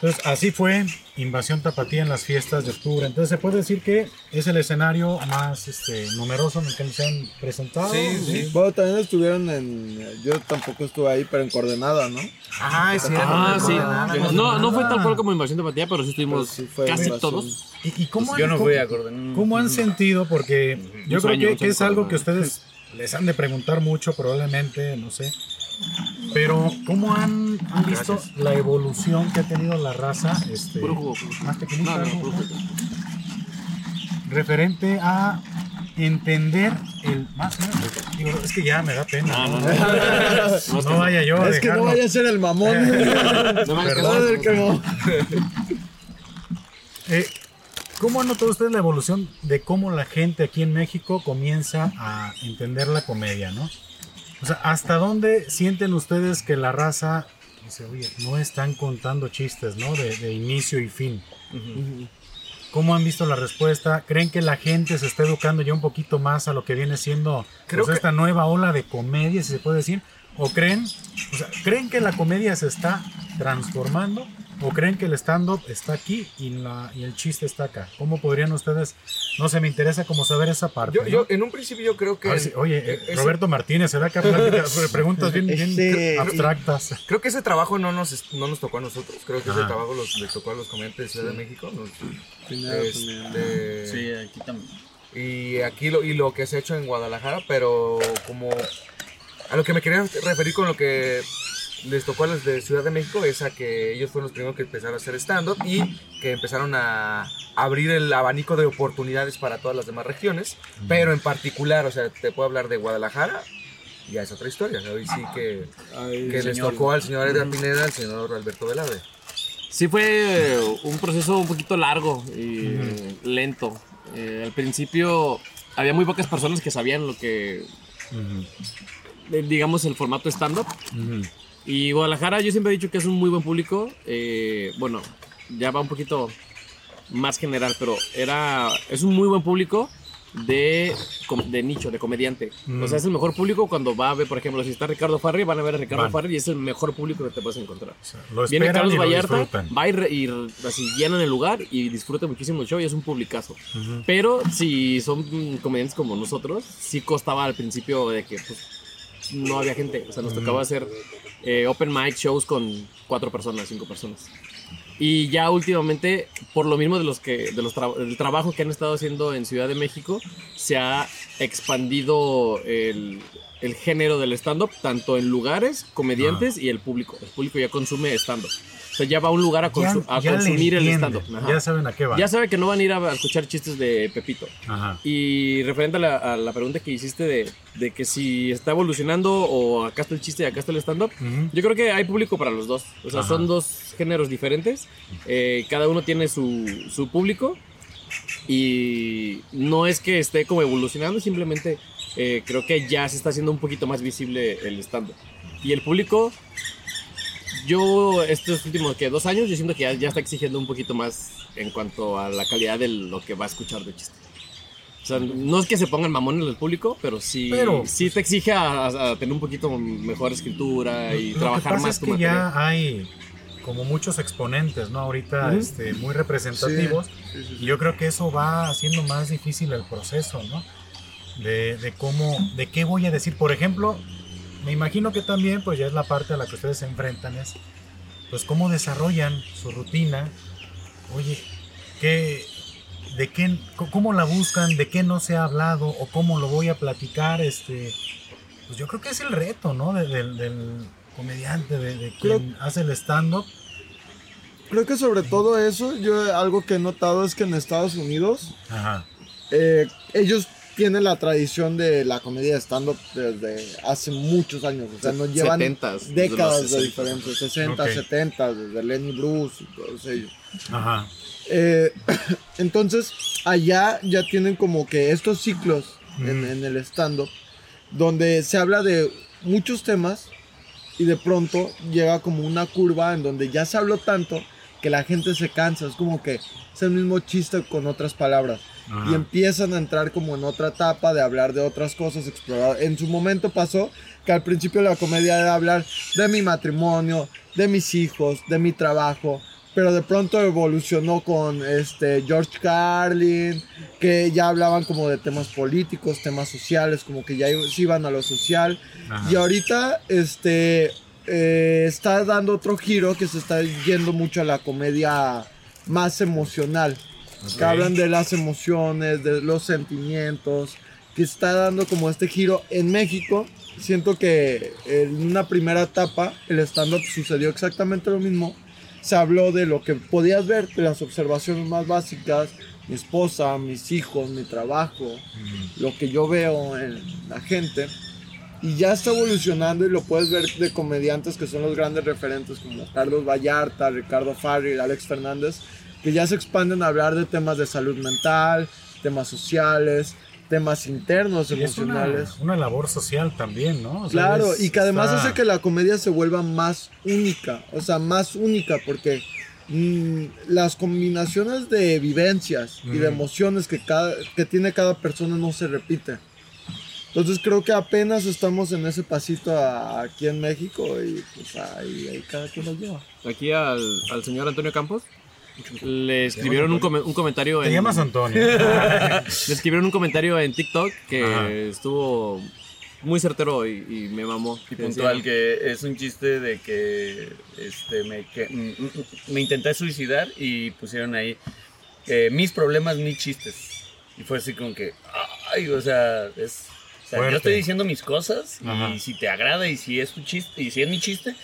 Entonces, así fue Invasión Tapatía en las fiestas de octubre. Entonces, se puede decir que es el escenario más este, numeroso en el que se han presentado. Sí, sí. Bueno, también estuvieron en... Yo tampoco estuve ahí, pero en Coordenada, ¿no? Ah, es cierto. Ah, sí. no, No, no, no fue nada. Ah. tal cual como invasión de patilla, pero sí estuvimos Pero sí fue casi invasión. todos. ¿Y, y cómo, Pues Yo han, no cómo- voy a coordenar. cómo han sentido? Porque yo creo sueño, que, un que sueño es algo para que ustedes les han de preguntar mucho, probablemente, no sé. Pero, ¿cómo han, han visto la evolución que ha tenido la raza? Este, Puro jugo, puro jugo. más pequeñita, No, no, ¿no? puro jugo. referente a entender el más ¿no? Digo, es que ya me da pena Ah, no, no, no. No, No vaya yo a es que no dejarlo. Eh, vaya a ser el mamón. No me hagas Perdón. caso. Madre, que no. Eh, ¿Cómo han notado ustedes la evolución de cómo la gente aquí en México comienza a entender la comedia, no? O sea, ¿hasta dónde sienten ustedes que la raza dice, oye, no están contando chistes, ¿no? De, de inicio y fin. ¿Cómo han visto la respuesta? ¿Creen que la gente se está educando ya un poquito más a lo que viene siendo Creo pues, que- esta nueva ola de comedia, si se puede decir? ¿O creen, o sea, creen que la comedia se está transformando? ¿O creen que el stand-up está aquí y, la- y el chiste está acá? ¿Cómo podrían ustedes? No sé, me interesa como saber esa parte. Yo, ¿no? yo, en un principio yo creo que... e-, A ver si- oye, e-, eh, ese- Roberto Martínez, ¿será que platica- preguntas bien, bien Este- abstractas? Creo que ese trabajo no nos, es- no nos tocó a nosotros. Creo que Ajá. ese trabajo los, le tocó a los comediantes de Ciudad de México. nos- este, Sí, aquí también. Y aquí lo, y lo que se ha hecho en Guadalajara, pero como... A lo que me quería referir con lo que les tocó a los de Ciudad de México es a que ellos fueron los primeros que empezaron a hacer stand-up y que empezaron a abrir el abanico de oportunidades para todas las demás regiones. Pero en particular, o sea, te puedo hablar de Guadalajara, ya es otra historia. ¿no? Y sí que, que les tocó al señor Edgar Pineda, al señor Alberto Velarde. Sí fue un proceso un poquito largo y eh, lento. Eh, al principio había muy pocas personas que sabían lo que, eh, digamos, el formato stand-up. Y Guadalajara yo siempre he dicho que es un muy buen público. eh, bueno, ya va un poquito más general, pero era es un muy buen público de, com- de nicho, de comediante. O sea, es el mejor público cuando va a ver, por ejemplo, si está Ricardo Farri, van a ver a Ricardo Van. Farri y es el mejor público que te puedes encontrar. O sea, lo Viene esperan Carlos y lo Vallarta, disfrutan. va y, re- y re- así llenan el lugar y disfruta muchísimo el show y es un publicazo. Pero si son mm, comediantes como nosotros, sí costaba al principio de que pues, no había gente. O sea, nos Mm. tocaba hacer eh, open mic shows con cuatro personas, cinco personas. Y ya últimamente, por lo mismo de los que, de los tra- del trabajo que han estado haciendo en Ciudad de México, se ha expandido el, el género del stand-up, tanto en lugares, Ah. comediantes y el público. El público ya consume stand-up. O sea, ya va a un lugar a, Ya- consu- a ya le consumir el entienden, stand-up. Ajá. Ya saben a qué van. Ya sabe que no van a ir a a escuchar chistes de Pepito. Ajá. Y referente a la, a la pregunta que hiciste de, de que si está evolucionando o acá está el chiste y acá está el stand-up, Ujú. yo creo que hay público para los dos. O sea, Ajá. son dos géneros diferentes. eh, cada uno tiene su, su público. Y no es que esté como evolucionando, simplemente eh, creo que ya se está haciendo un poquito más visible el stand-up. Y el público, yo estos últimos que dos años, yo siento que ya, ya está exigiendo un poquito más en cuanto a la calidad de lo que va a escuchar de chiste. O sea, no es que se pongan mamones el público, pero sí, Pero- sí te exige a, a- a tener un poquito mejor escritura y Lo trabajar que pasa más es tu que material. ya hay como muchos exponentes, ¿no? Ahorita Ujú. este, muy representativos. Y yo creo que eso va haciendo más difícil el proceso, ¿no? De, de cómo, de qué voy a decir. Por ejemplo, me imagino que también, pues ya es la parte a la que ustedes se enfrentan, es pues cómo desarrollan su rutina. Oye, ¿qué, de qué, co- cómo la buscan, de qué no se ha hablado o cómo lo voy a platicar, este, pues yo creo que es el reto, ¿no? De- del, del comediante, de, de Creo- quien hace el stand-up. Creo que sobre todo eso, yo algo que he notado es que en Estados Unidos Ajá. eh, ellos tienen la tradición de la comedia de stand-up desde hace muchos años. O sea, nos llevan 70s, desde los décadas de 60s. diferencia, 60, Ok. 70, desde Lenny Bruce y todos ellos. Ajá. Eh, entonces, allá ya tienen como que estos ciclos en, Ujú. en el stand-up, donde se habla de muchos temas y de pronto llega como una curva en donde ya se habló tanto que la gente se cansa, es como que es el mismo chiste con otras palabras. Ajá. Y empiezan a entrar como en otra etapa de hablar de otras cosas, explorar. En su momento pasó que al principio la comedia era hablar de mi matrimonio, de mis hijos, de mi trabajo. Pero de pronto evolucionó con este George Carlin, que ya hablaban como de temas políticos, temas sociales, como que ya i- se iban a lo social. Ajá. Y ahorita este, eh, está dando otro giro que se está yendo mucho a la comedia más emocional que hablan de las emociones, de los sentimientos, que está dando como este giro en México. Siento que en una primera etapa el stand-up sucedió exactamente lo mismo. Se habló de lo que podías ver, de las observaciones más básicas, mi esposa, mis hijos, mi trabajo, lo que yo veo en la gente. Y ya está evolucionando y lo puedes ver de comediantes que son los grandes referentes como Carlos Vallarta, Ricardo Farri, Alex Fernández, que ya se expanden a hablar de temas de salud mental, temas sociales, temas internos, Y es una, emocionales. una labor social también, ¿no? O sea, Claro, es- y que además está- hace que la comedia se vuelva más única, o sea, más única porque mm, las combinaciones de vivencias y de Mm. emociones que, cada, que tiene cada persona no se repite. Entonces creo que apenas estamos en ese pasito a- aquí en México y pues ahí, ahí cada quien lo lleva. Aquí al, al señor Antonio Campos le escribieron un, come- un comentario Te en, llamas Antonio. Le escribieron un comentario en TikTok que Ajá. estuvo muy certero y, y me mamó. Y Que puntual, decía, que es un chiste de que este, me, que- mm, mm, mm, me intenté suicidar y pusieron ahí eh, mis problemas, mis chistes. Y fue así como que, ay, o sea, es. o sea, Fuerte. yo estoy diciendo mis cosas y Ajá. si te agrada y si es tu chiste y si es mi chiste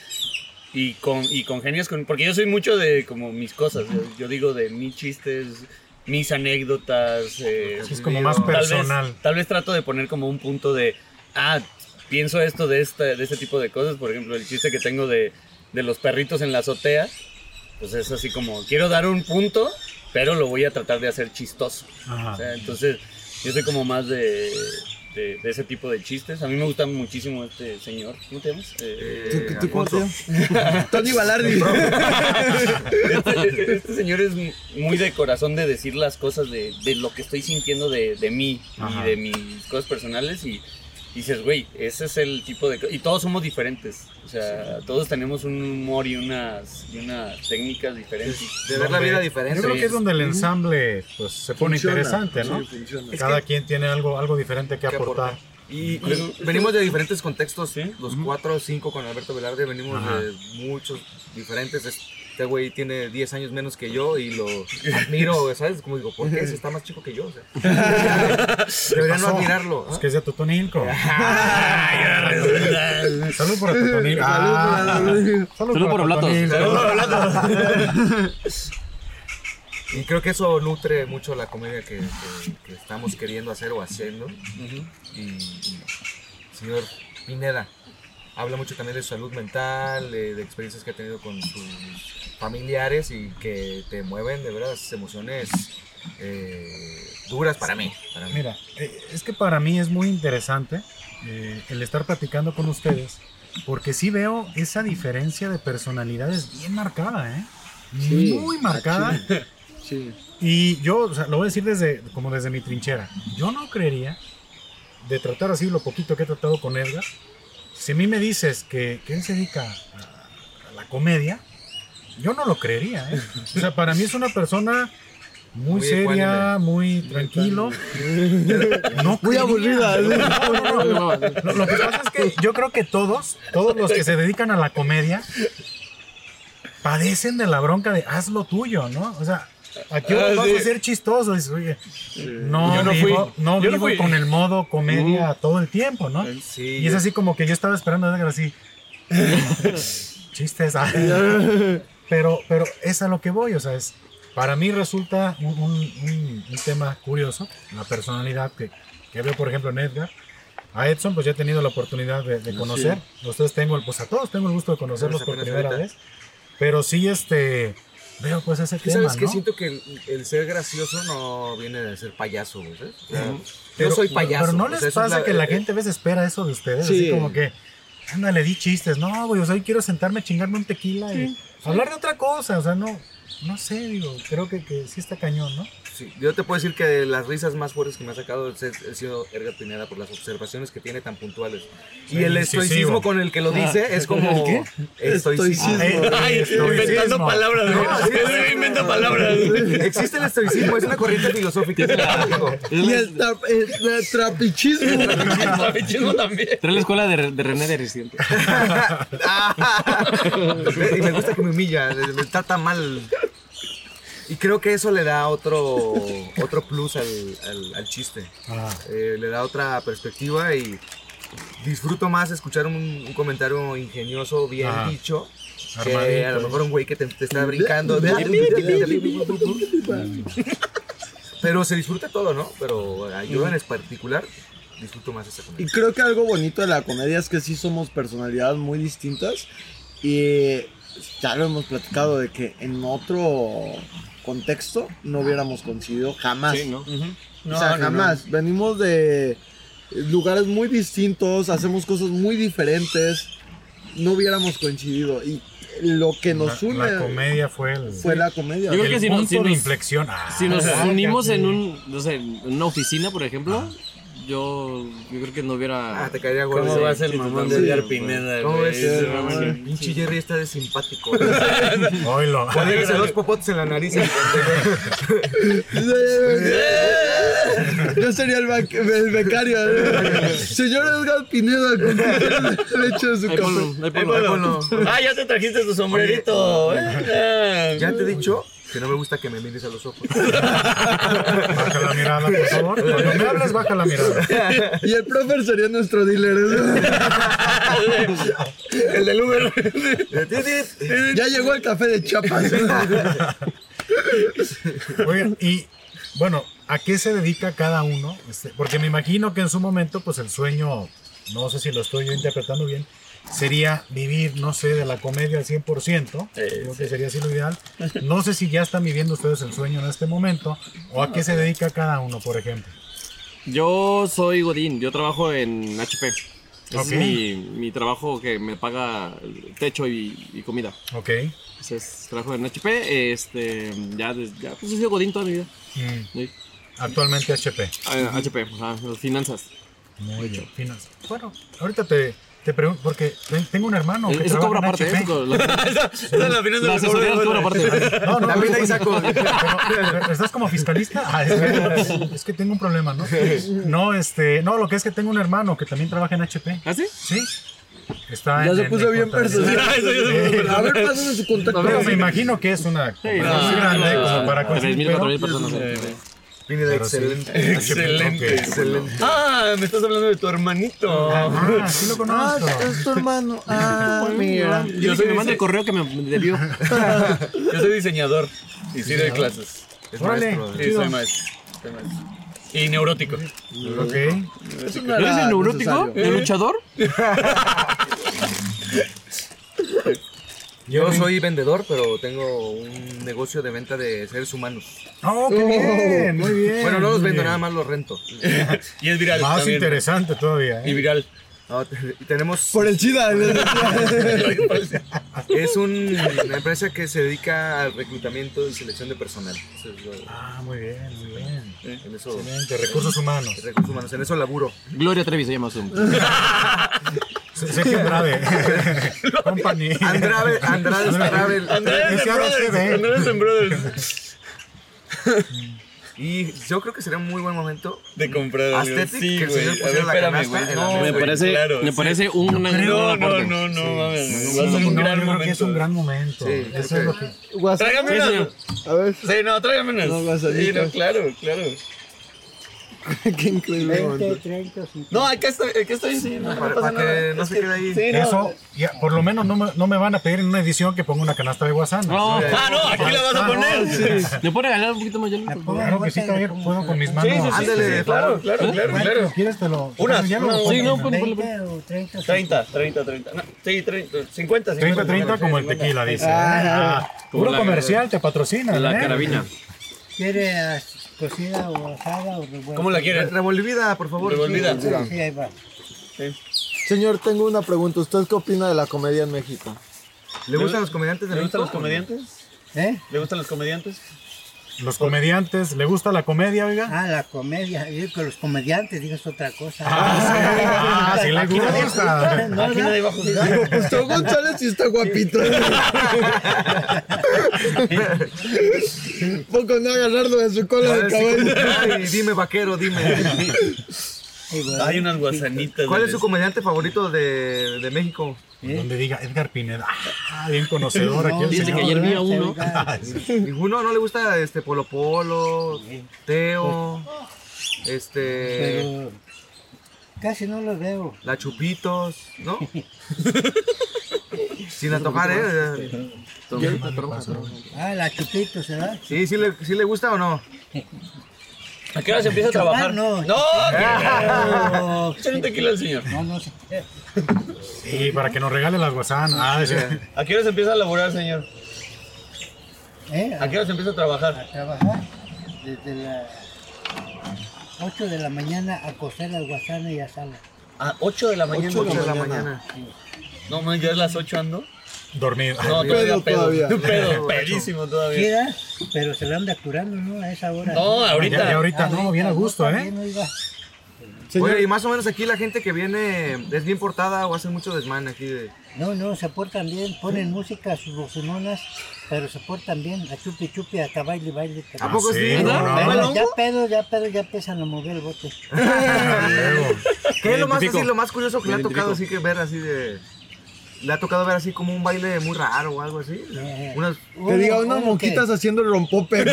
y con y congenias con porque yo soy mucho de como mis cosas, yo, yo digo de mis chistes, mis anécdotas, eh, es como más tal vez- personal. Tal vez, trato de poner como un punto de, ah, pienso esto de este, de este tipo de cosas. Por ejemplo, el chiste que tengo de, de los perritos en la azotea, pues es así como, quiero dar un punto, pero lo voy a tratar de hacer chistoso. Ajá. O sea, entonces, yo soy como más de, de, de ese tipo de chistes. A mí me gusta muchísimo este señor. ¿Cómo te llamas? Eh, ¿Tú- tú- tú cómo te Alfonso. llamas? Tony Balardi. este, este señor es muy de corazón de decir las cosas de, de lo que estoy sintiendo de, de mí Ajá. y de mis cosas personales y dices, güey, ese es el tipo de... co- Y todos somos diferentes, o sea, todos tenemos un humor y unas, y unas técnicas diferentes. De ver la vida Yo diferente. creo que es donde el ensamble pues, se pone Funciona, interesante, ¿no? sí, funciona. Cada quien tiene algo, algo diferente que que aportar. aporta. Y, y Pero- venimos de diferentes contextos, los Ujú. cuatro o cinco con Alberto Velarde, venimos Ajá. de muchos diferentes. Este güey tiene 10 años menos que yo y lo admiro, ¿sabes? Como digo, ¿por qué? Si está más chico que yo. o sea. Debería no Pasó. admirarlo. ¿ah? Es Pues, que es de Totonilco. Salud por el Totonilco. Ah, Salud, Salud por Oblatos. Totonilco. Y creo que eso nutre mucho la comedia que, que- que estamos queriendo hacer o haciendo. Ujú. Y, y, señor Pineda, habla mucho también de su salud mental, de, de experiencias que ha tenido con sus familiares y que te mueven de veras emociones eh, duras para mí. Para mí. Mira, eh, es que para mí es muy interesante eh, el estar platicando con ustedes, porque sí veo esa diferencia de personalidades bien marcada, ¿eh? Sí, Ah, muy marcada. Sí. Y yo, o sea, lo voy a decir desde, como desde mi trinchera. Yo no creería de tratar así lo poquito que he tratado con Edgar. Si a mí me dices que, que él se dedica a, a la comedia, yo no lo creería. ¿eh? O sea, para mí es una persona muy, Muy seria, ecuánime. muy tranquilo. No Muy creería. aburrida. No, no, no. Lo, lo que pasa es que yo creo que todos, todos los que se dedican a la comedia, padecen de la bronca de haz lo tuyo, ¿no? O sea, aquí Ah, vas sí. a ser chistoso. Dices, oye, no, Yo no vivo, fui. no Yo no vivo fui. con el modo comedia todo el tiempo, ¿no? Sí, Y es así como que yo estaba esperando a Edgar así. Chistes. ah. pero, pero es a lo que voy, o sea, es. Para mí resulta un, un- un- un tema curioso, la personalidad que, que veo, por ejemplo, en Edgar. A Edson, pues ya he tenido la oportunidad de, de conocer. Ustedes tengo, el- pues a todos tengo el gusto de conocerlos por apenas primera ahorita. vez. Pero sí, este. Veo, pues ese ¿Qué tema. ¿Sabes qué? ¿no? Siento que el, el ser gracioso no viene de ser payaso, güey, ¿sabes? O sea, Pero- yo soy payaso. Pero no o sea, les eso es pasa que la eh, gente a veces espera eso de ustedes, Sí. así como que, ándale, di chistes. No, güey, o sea, hoy quiero sentarme a chingarme un tequila y hablar de otra cosa, o sea, no, no sé, digo, creo que, que sí está cañón, ¿no? Sí, yo te puedo decir que de las risas más fuertes que me ha sacado es- es- ha sido Edgar Pineda por las observaciones que tiene tan puntuales. Sí, y el sí, estoicismo sí, con el que lo dice es como... ¿El Estoicismo. Estoicismo. Ay, estoicismo. inventando palabras, güey. No, sí, Este güey inventa palabras. Existe el estoicismo, es una corriente filosófica. es una- digo, Y el, tra- el- el trapichismo. Sabichino también. Trae la escuela de, de René de Residente. Ah. y me gusta que me humilla, le- me trata mal. Y creo que eso le da otro, otro plus al- al- al chiste. Ah, eh, le da otra perspectiva y disfruto más escuchar un, un comentario ingenioso, bien Ajá. dicho, que Armadito. a lo mejor un güey que te, te está brincando. de- Pero se disfruta todo, ¿no? Pero eh, yo en particular disfruto más esa Y comedia. creo que algo bonito de la comedia es que sí somos personalidades muy distintas y ya lo hemos platicado de que en otro contexto no hubiéramos coincidido jamás. Sí, ¿no? o sea, jamás. Venimos de lugares muy distintos, hacemos cosas muy diferentes, no hubiéramos coincidido y lo la, que nos une la comedia fue el, fue la comedia. Yo creo el que si no- punto si de nos- inflexión. Ah, Si nos ah, unimos casi. en un, no sé, en una oficina, por ejemplo, yo, yo creo que no hubiera... Ah, te caería ¿Cómo gordo. va a ser el mamón de Sí, Edgar sí. Pineda, ¿Cómo güey? ves? Ese Sí, mamón. sí. Pinche Jerry está de simpático. Oilo. Ponerse dos popotes en la nariz. Yo sería el, bec- el becario. ¿eh? Señor Edgar Pineda, con qué leche de su Ahí ponlo, café. ahí Ahí ponlo. ponlo. Ah, ya te trajiste tu sombrerito. eh. Ya te he dicho que no me gusta que me mires a los ojos. Baja la mirada, por favor. Cuando me hables, baja la mirada. Y el profe sería nuestro dealer. ¿eh? ¿no? El del Uber. Ya llegó el café de Chiapas. ¿eh? Oigan, y bueno, ¿a qué se dedica cada uno? Este, porque me imagino que en su momento, pues el sueño, no sé si lo estoy yo interpretando bien, sería vivir, no sé, de la comedia al 100%, Sí, creo que sí. sería así lo ideal. No sé si ya están viviendo ustedes el sueño en este momento, o a qué se dedica cada uno, por ejemplo. Yo soy Godín, yo trabajo en HP. Ese Ok. es mi, mi trabajo que me paga el techo y, y comida. Ok. Ese es trabajo en HP. Este, ya, des- ya pues he sido Godín toda mi vida. Mm, Sí. Actualmente HP. Ah, HP, ajá, las finanzas. Muy bien. Finas. Bueno, ahorita te, te pregunto, porque ten- tengo un hermano que Eso trabaja cobra en aparte, HP. ¿eh? Eso co- la- Esa es la final de La la asesoría cobra aparte. No, no, También no, ahí saco. pero- ¿Estás como fiscalista? Ah, es, que, es que tengo un problema, ¿no? No, este, no, lo que es que tengo un hermano que también trabaja en HP. ¿Ah, sí? Sí. Está Ya en- se en puso bien contabilidad. personal. Ah, Sí. A ver, pásame su contacto. Pero me imagino que es una compañía no, muy grande no, Ah, como para conseguir. 3.000, pero- 4.000 personas. ¿eh? Viene de Pero sí. excelente. Excelente. Ok. Excelente. Ah, me estás hablando de tu hermanito. Ah, sí lo Ah, conozco. es tu hermano. Ah, mira. Yo Yo soy soy me manda dise- el correo que me debió. Yo soy diseñador y sí doy clases. Es Órale. maestro. Sí, soy maestro. soy maestro. Y neurótico. Ok. ¿No ¿Eres el neurótico? ¿El ¿Eh? luchador? Yo soy vendedor, pero tengo un negocio de venta de seres humanos. Oh, qué bien, muy bien. Bueno, no los muy vendo, bien. nada más los rento. Y es viral. Más también. interesante todavía. ¿eh? Y viral. No, te- y tenemos. Por el SIDA. les decía. Es un- una empresa que se dedica al reclutamiento y selección de personal. Eso es lo- Ah, muy bien, muy bien. en eso. Excelente, recursos humanos. Recursos humanos, en eso laburo. Gloria Trevi se llama su. Se- Sergio Andrade. Company. Andrade, Andrade, Travel. Andrés Ese and ahora sí, Brothers. ¿eh? Andrés and Brothers. Y yo creo que sería un muy buen momento. De comprar. algo. Aesthetic, Sí, que el güey. señor A ver, pusiera la espérame, canasta güey. en la No, mesa. Me güey, parece, claro, me sí. parece un gran No, no, aporte. no, no, mames. Sí, Va a ser no, un gran yo creo que es momento. un gran momento. Sí, creo Eso es lo que- que. Guasa- Tráigame Sí, unas. señor. A ver, Sí, no, tráigame unas. No, guasanitas. Sí, no, claro, claro. qué increíble. momento. No, acá estoy, acá estoy. Sí, no, no Para- pasa para que nada. no Es se quede ahí. Sí, no. Eso, ya, por lo menos no me, no me van a pedir en una edición que ponga una canasta de guasana. No, Ah, no, aquí la vas a poner. ¿Me puede regalar un poquito más? Yo le- Claro que sí, caballero. Puedo con mis manos. sí. Ándale, claro, claro, claro, Bueno, claro. ¿Quieres te lo? Unas, ya me lo unas. pones. Sí, no, ponle, ponle, 30, 30, 30. No, sí, 30, 50, 30, 50. 30 como el 50. tequila, dice. Ah. Ah, Puro la- comercial te patrocina. La ¿eh? carabina. ¿Quiere ah, cocida o asada o revuelta? ¿Cómo la quieres? Revolvida, por favor. Revolvida. Sí, ahí va. Señor, tengo una pregunta. ¿Usted qué opina de la comedia en México? ¿Le gustan los comediantes de ¿Le gustan los México? comediantes? ¿Eh? ¿Le gustan los comediantes? Los comediantes, ¿le gusta la comedia, oiga? Ah, la comedia. Yo que los comediantes digas otra cosa. Ah, sí le gusta. No, Aquí ¿verdad? nadie va a juzgar. Gustavo pues, González sí está guapito. Poco no agarrarlo de su cola de cabello. Ay, dime, vaquero, dime. Sí, bueno. Hay unas guasanitas. ¿Cuál del es su comediante favorito de, de México? Donde diga Edgar Pineda. Ah, bien conocedor No, aquí el Fíjate no, que señor. ayer vi a ¿verdad? uno. Oiga, Ninguno, ¿no le gusta este Polo Polo, Teo, este Pero casi no los veo. La Chupitos, ¿no? Sin antojar, ¿eh? Ah, la chupito, ¿verdad? Sí, sí le, sí le gusta o no. ¿A qué hora se empieza a trabajar? Ah, no. ¡No! Pero- Échale un tequila al señor. No, no sé. Sí, para que nos regale las guasanas. Ah, sí. ¿A qué hora se empieza a laborar, señor? ¿Eh? ¿A qué hora se empieza a A trabajar? trabajar desde las 8 de la mañana a cocer las guasanas y asarlas. A 8 de la mañana. 8 De la mañana. No, man, ya es las 8 ando. Dormido. No, todavía Pedo todavía. pedo. Pedo, Pedo, pedísimo todavía. Queda, pero se la anda curando, ¿no? A esa hora. Ah, No, Ya, ya ahorita. ahorita no, bien a gusto, está ¿eh? bien, oiga. Señor, Oye, y más o menos aquí la gente que viene es bien portada o hace mucho desmán aquí de. No, no, se portan bien, ponen música a sus bocinonas, pero se portan bien, a chupi chupi, hasta baile baile. ¿A Ah, poco sí, sí? ¿cómo Pero no? ya ¿Bailongo? pedo, ya pedo, ya empiezan a mover el bote. Ah, luego. ¿Qué es lo más Identifico. así, lo más curioso que le ha Identifico. tocado así que ver así de. Le ha tocado ver así como un baile muy raro o algo así? Eh, Unas. te diga unas que- monjitas haciendo el rompope.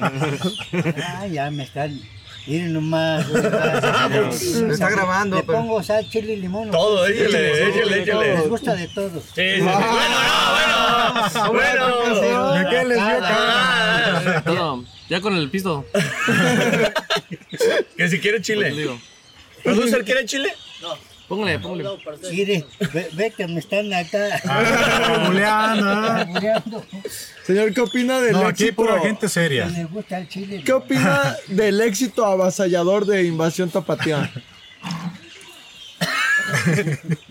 Ah, ya me están. Miren nomás. Me está grabando, Le pero- pongo sal, chile y limón. Todo, échale, échale, échale. Les gusta de todo. Sí, sí, sí. Bueno, no, bueno. Ah, Bueno. ¿De qué les dio cara? Todo. Ya con el piso. ah. Que si quiere Te chile. Pues digo. ¿Producer quiere chile? Póngale, póngale. Mire, ve, ve que me están acá Julián, ah. abureando. Señor, ¿qué opina del No, aquí éxito? pura gente Que seria. les gusta el chile. ¿Qué opina del éxito avasallador de Invasión Tapatía?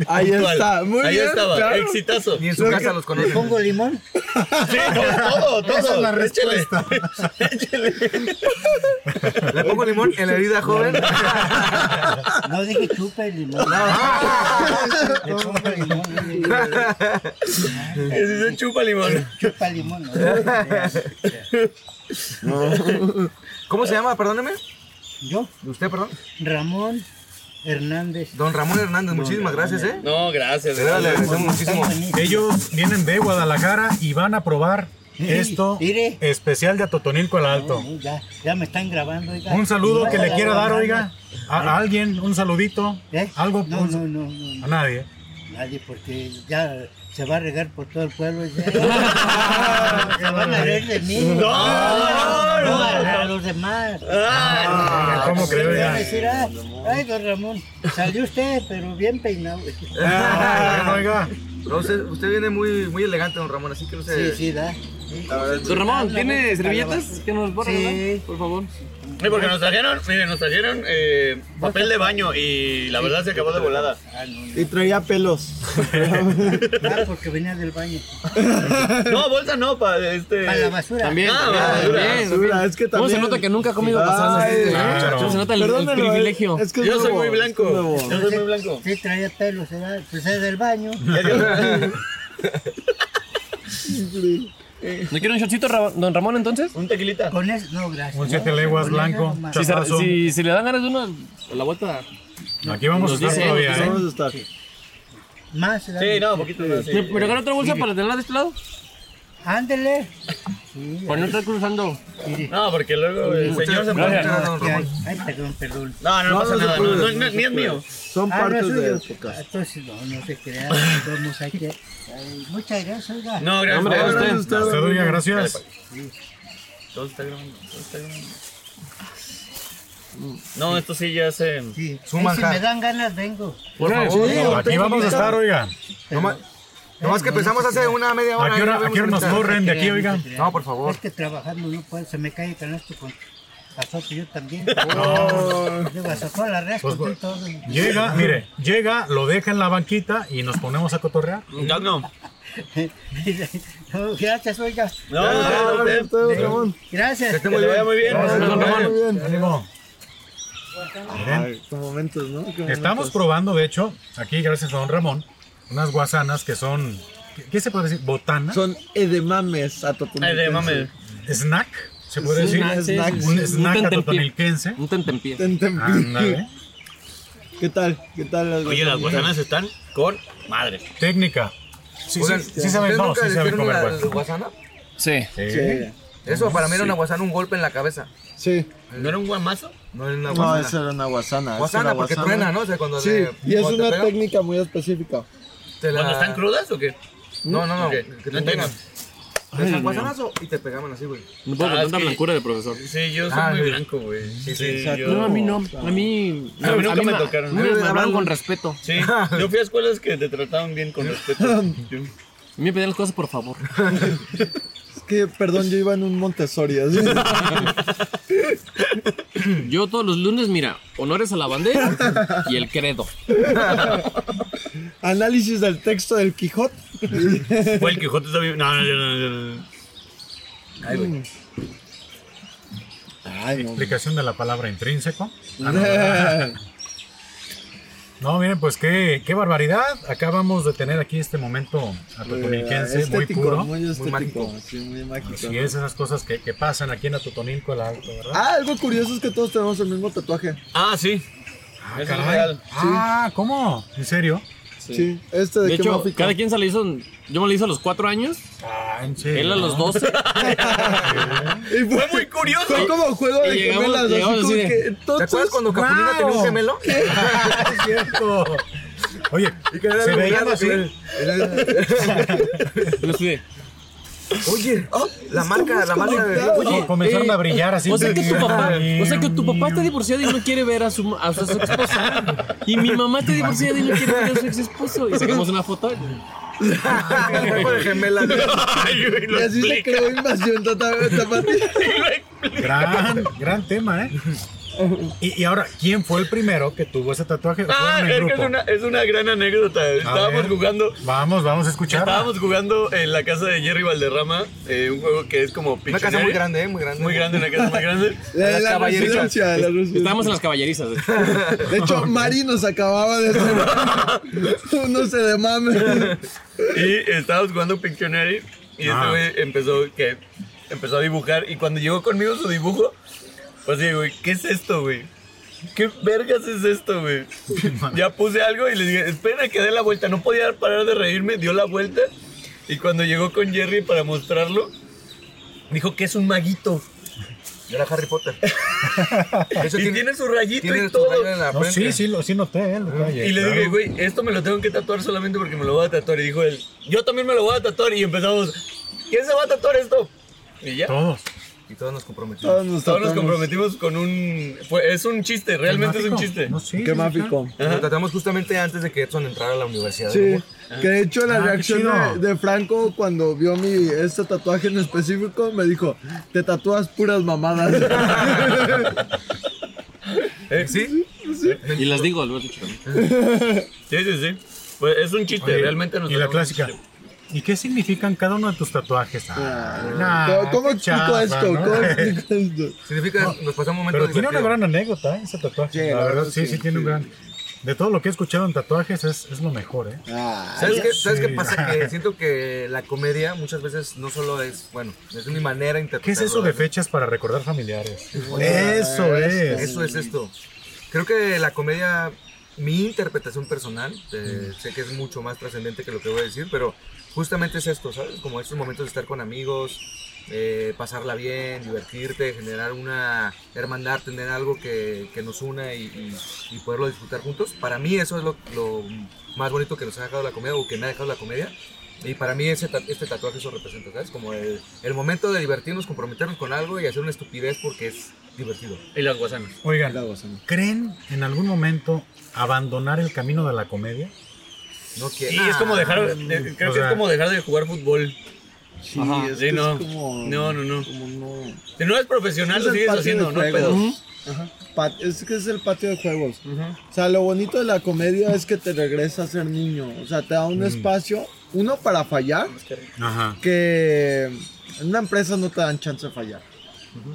Ahí está, muy Ahí bien. estaba, claro. exitazo. Ni en su Lo casa que- los ¿Le conocen. pongo limón? Sí, todo, todo, todo. Esa es la Échale. respuesta. Le pongo limón en la herida joven. No dije chupe limón. Le pongo limón. Que si se chupa limón. Chupa limón. ¿no? ¿Cómo se llama? Perdóneme. Yo, Usted, perdón. Ramón Hernández. Don Ramón Hernández, muchísimas gracias, ¿eh? No, gracias. De verdad, le gracias. agradecemos Están muchísimo. buenísimos. Ellos vienen de Guadalajara y van a probar Sí, esto mire. especial de Atotonilco el Alto. No, no, ya, ya me están grabando, oiga. Un saludo No, que le no, quiera no, dar, no, oiga, a, a alguien, un saludito, ¿Eh? algo, No, un- no, no, no, a no, nadie. nadie, porque ya se va a regar por todo el pueblo. ya. se van a reír de mí. No, no, no. a, a los demás. Ah, ¿Cómo Se creo van a ya? decir, ah, ay, don Ramón, salió usted, pero bien peinado. Ah, bueno, oiga, No, usted, usted viene muy, muy elegante, don Ramón, así que no Sí, se... sí, da. Don Ramón, ¿tiene Para servilletas? Que nos borren, Sí. ¿no? por favor. Sí, porque nos trajeron, miren, nos trajeron eh, papel de baño y la verdad se acabó de volada. Ah, no, Y traía pelos. no. Ah, porque venía del baño. No, bolsa no, para este. Para la basura. También. Ah, también, basura, también, basura, también. es que ¿Cómo se también- nota que nunca ha comido pasadas? Ay, claro. ¿Cómo se nota el, el Perdónenlo, eh, privilegio? es que es Yo soy nuevo, muy es blanco. nuevo. Yo soy muy blanco. Sí, traía pelo, se da, pues es del baño. ¿No quiere un shotcito, Ra- don Ramón, entonces? Un tequilita. Con eso, no, gracias. un siete No, leguas con eso blanco, nomás. Si se, chapazo. si se le dan ganas de uno, a la vuelta. Aquí vamos a Nos estar dice, todavía, nos ¿eh? Vamos a estar. Más, se da. Sí, no, poquito más. ¿Me, me regala otra bolsa para tenerla de este lado? Ándele. Para no estar cruzando. No, porque luego el señor se Ah, Muchas pone. gracias, don Ay, Ramón. ay, perdón, perdón. No, no, no pasa no se nada. puede, no, no, no no, ni es mío. Son Ah, no, partes es de suyo. épocas. Entonces, no, no se crea. Vamos aquí. Ay, muchas gracias, oiga. No, gracias. Hombre, No, no, usted. no. Hasta luego, ya, gracias. Todo está grabando, todo está grabando. No, esto sí ya se. Sí. Su Ahí si manjar. me dan ganas, vengo. Por favor. Aquí vamos a estar, oiga. No más, que empezamos hace una media hora. ¿A qué hora, ya a vemos qué hora nos ahorita. corren de aquí, oiga? No, por favor. Es que trabajando no puedo, se me cae el canasto con azote yo también. Digo, azotó la res con Pues, todo. Llega, mire, llega, lo deja en la banquita y nos ponemos a cotorrear. No, no. No, No, gracias, oiga. no, no, Gracias, no. don Ramón. Gracias. Que le vaya muy bien. Gracias, Muy bien. Ánimo. Miren, Ay, qué momentos, ¿no? Qué momentos. estamos probando, de hecho, aquí gracias a don Ramón, unas guasanas que son, ¿qué- ¿qué se puede decir? Botana, Son edemames a E Ay, de mame. snack, se puede Sí, decir. un snack, sí, Un sí. snack Un atotonilquense. Un tentempié. Ándale. ¿Qué tal? ¿Qué tal? Oye, las guasanas están con madre. Técnica. Sí, Oigan, sí, sí saben, ¿ustedes no, nunca sí les saben dieron comer la- guas- la guasana? Sí. Sí. Sí. Eso para mí era una guasana, un golpe en la cabeza. Sí. ¿No era un guamazo? No era una No, guasana. esa era una guasana. Guasana, porque truena, ¿no? O sea, cuando Sí, le- y es cuando te una pegan, técnica muy específica. te la- ¿Cuando están crudas o qué? No, no, no. Ok, Que no te entiendo. pegan. Te hacen guasanazo y te pegaban así, güey. No puedo Ah, con es tanta que- blancura de profesor. Sí, yo soy Ah, muy sí. blanco, güey. Sí, sí, exacto. No, a yo. mí no. A mí. A mí nunca me ma- tocaron. Me, Debe de me hablaron hablarle. con respeto. A Sí, yo fui a escuelas que te trataban bien con respeto. Yo- mí me pedían las cosas por favor. Es que, perdón, yo iba en un Montessori. así. Yo todos los lunes, mira, honores a la bandera y el credo. Análisis del texto del Quijote. Fue el Quijote también. No, no, no, no, no. Ay, no. Explicación de la palabra intrínseco. No, miren, pues qué, qué barbaridad. Acabamos de tener aquí este momento atotonilquense muy Eh, Estético, puro. Muy estético. mágico. Sí, muy mágico. Así es, esas cosas que, que pasan aquí en Atotonilco, el alto, ¿verdad? Ah, algo curioso es que todos tenemos el mismo tatuaje. Ah, sí. Ah, es caray. real. Ah, ¿cómo? ¿En serio? Sí. Este de, De qué hecho, máfico? cada quien se le hizo. Yo me lo hice a los 4 años, Ah, en serio. él a los 12. Y fue, Fue muy curioso. fue como juego Y de llegamos- gemelas. así llegamos como así de- que, ¿Te entonces, acuerdas cuando Capulina wow. tenía un gemelo? Es cierto. Oye, era se algo veían grande, así. Era- Yo estudié. Oye, la marca, la marca de... conectados. Oye, comenzaron eh, a brillar así. O sea que tu papá, Bien, o sea que tu papá está divorciado y no quiere ver a su, a su ex esposa. Y mi mamá está divorciada y no quiere ver a su ex esposo. Y sacamos una foto. Ojo de gemela. güey. Y así se creó invasión total- tapatía. Gran, gran tema, ¿eh? Y, y ahora, ¿quién fue el primero que tuvo ese tatuaje? ¿O fueron Ah, en es, que es, grupo? una, es una gran anécdota. Estábamos ver. jugando. Vamos, vamos a escuchar. Estábamos jugando en la casa de Jerry Valderrama, eh, un juego que es como Una casa muy Pictionary. grande, eh, muy grande. Muy grande, una casa muy grande. La, Las la caballerizas. residencia, la residencia. Estábamos en las caballerizas. de hecho. De hecho, Mari nos acababa de hacer uno se de mame. Y estábamos jugando Pictionary y Ah. este güey empezó, que, empezó a dibujar. Y cuando llegó conmigo su dibujo, pues dije, güey, ¿qué es esto, güey? ¿Qué vergas es esto, güey? ya puse algo y le dije, espera que dé la vuelta. No podía parar de reírme, dio la vuelta. Y cuando llegó con Jerry para mostrarlo, dijo que es un maguito. Yo era Harry Potter. Eso y tiene, su rayito tiene y su todo. rayo en la No, frente. sí, sí, lo, sí noté eh, el detalle. Y le claro. dije, güey, esto me lo tengo que tatuar solamente porque me lo voy a tatuar. Y dijo él, yo también me lo voy a tatuar. Y empezamos, ¿quién se va a tatuar esto? Y ya. Todos. Y todos nos comprometimos. Todos nos Todos nos tratamos. comprometimos con un... fue- es un chiste, realmente es un ¿Mágico? chiste. No, sí, sí, Qué sí, máfico. Lo tratamos justamente antes de que Edson entrara a la universidad. Sí, ¿no? que de hecho la Ah, qué reacción chido. de, de Franco cuando vio mi este tatuaje en específico me dijo, te tatúas puras mamadas. ¿Eh? ¿Sí? Y las digo, lo he dicho también. Sí, sí, sí. Pues es un chiste, Oye, realmente nos Y la tatuamos un clásica. chiste. ¿Y qué significan cada uno de tus tatuajes? Ah, nah, ¿Cómo, cómo qué explico chafa, esto? ¿no? ¿Cómo explico esto? Significa, nos pasamos un momento Pero tiene una divertido. gran anécdota ¿eh? ese tatuaje. Sí, la, la verdad, verdad, sí, sí, sí, tiene un sí. gran. De todo lo que he escuchado en tatuajes es, es lo mejor, ¿eh? Ah, ¿Sabes, qué, ¿Sabes qué sí. pasa? Que siento que la comedia muchas veces no solo es, bueno, es mi manera de interpretar. ¿Qué es eso de fechas para recordar familiares? Eso es. Eso es esto. Creo que la comedia, mi interpretación personal, eh, sé que es mucho más trascendente que lo que voy a decir, pero justamente es esto, ¿sabes? Como estos momentos de estar con amigos, eh, pasarla bien, divertirte, generar una hermandad, tener algo que, que nos una y, y- y poderlo disfrutar juntos. Para mí eso es lo, lo más bonito que nos ha dejado la comedia o que me ha dejado la comedia. Y para mí ese, ta- este tatuaje eso representa, ¿sabes? Como el, el momento de divertirnos, comprometernos con algo y hacer una estupidez porque es divertido. Y las guasanas. Oigan, la gozamos. ¿creen en algún momento abandonar el camino de la comedia? No quiero. Y es ah, como dejar, eh, creo o que sea- es como dejar de jugar fútbol. mm, Sí, Ajá, es sí, que no. es como... No, no, no. como no. Si no eres profesional, Es lo el sigues patio haciendo, de no hay juegos. pedo. Ajá. Pa- Es que es el patio de juegos. O sea, lo bonito de la comedia es que te regresa a ser niño. O sea, te da Mm. un espacio, uno para fallar, Ajá. que en una empresa no te dan chance de fallar.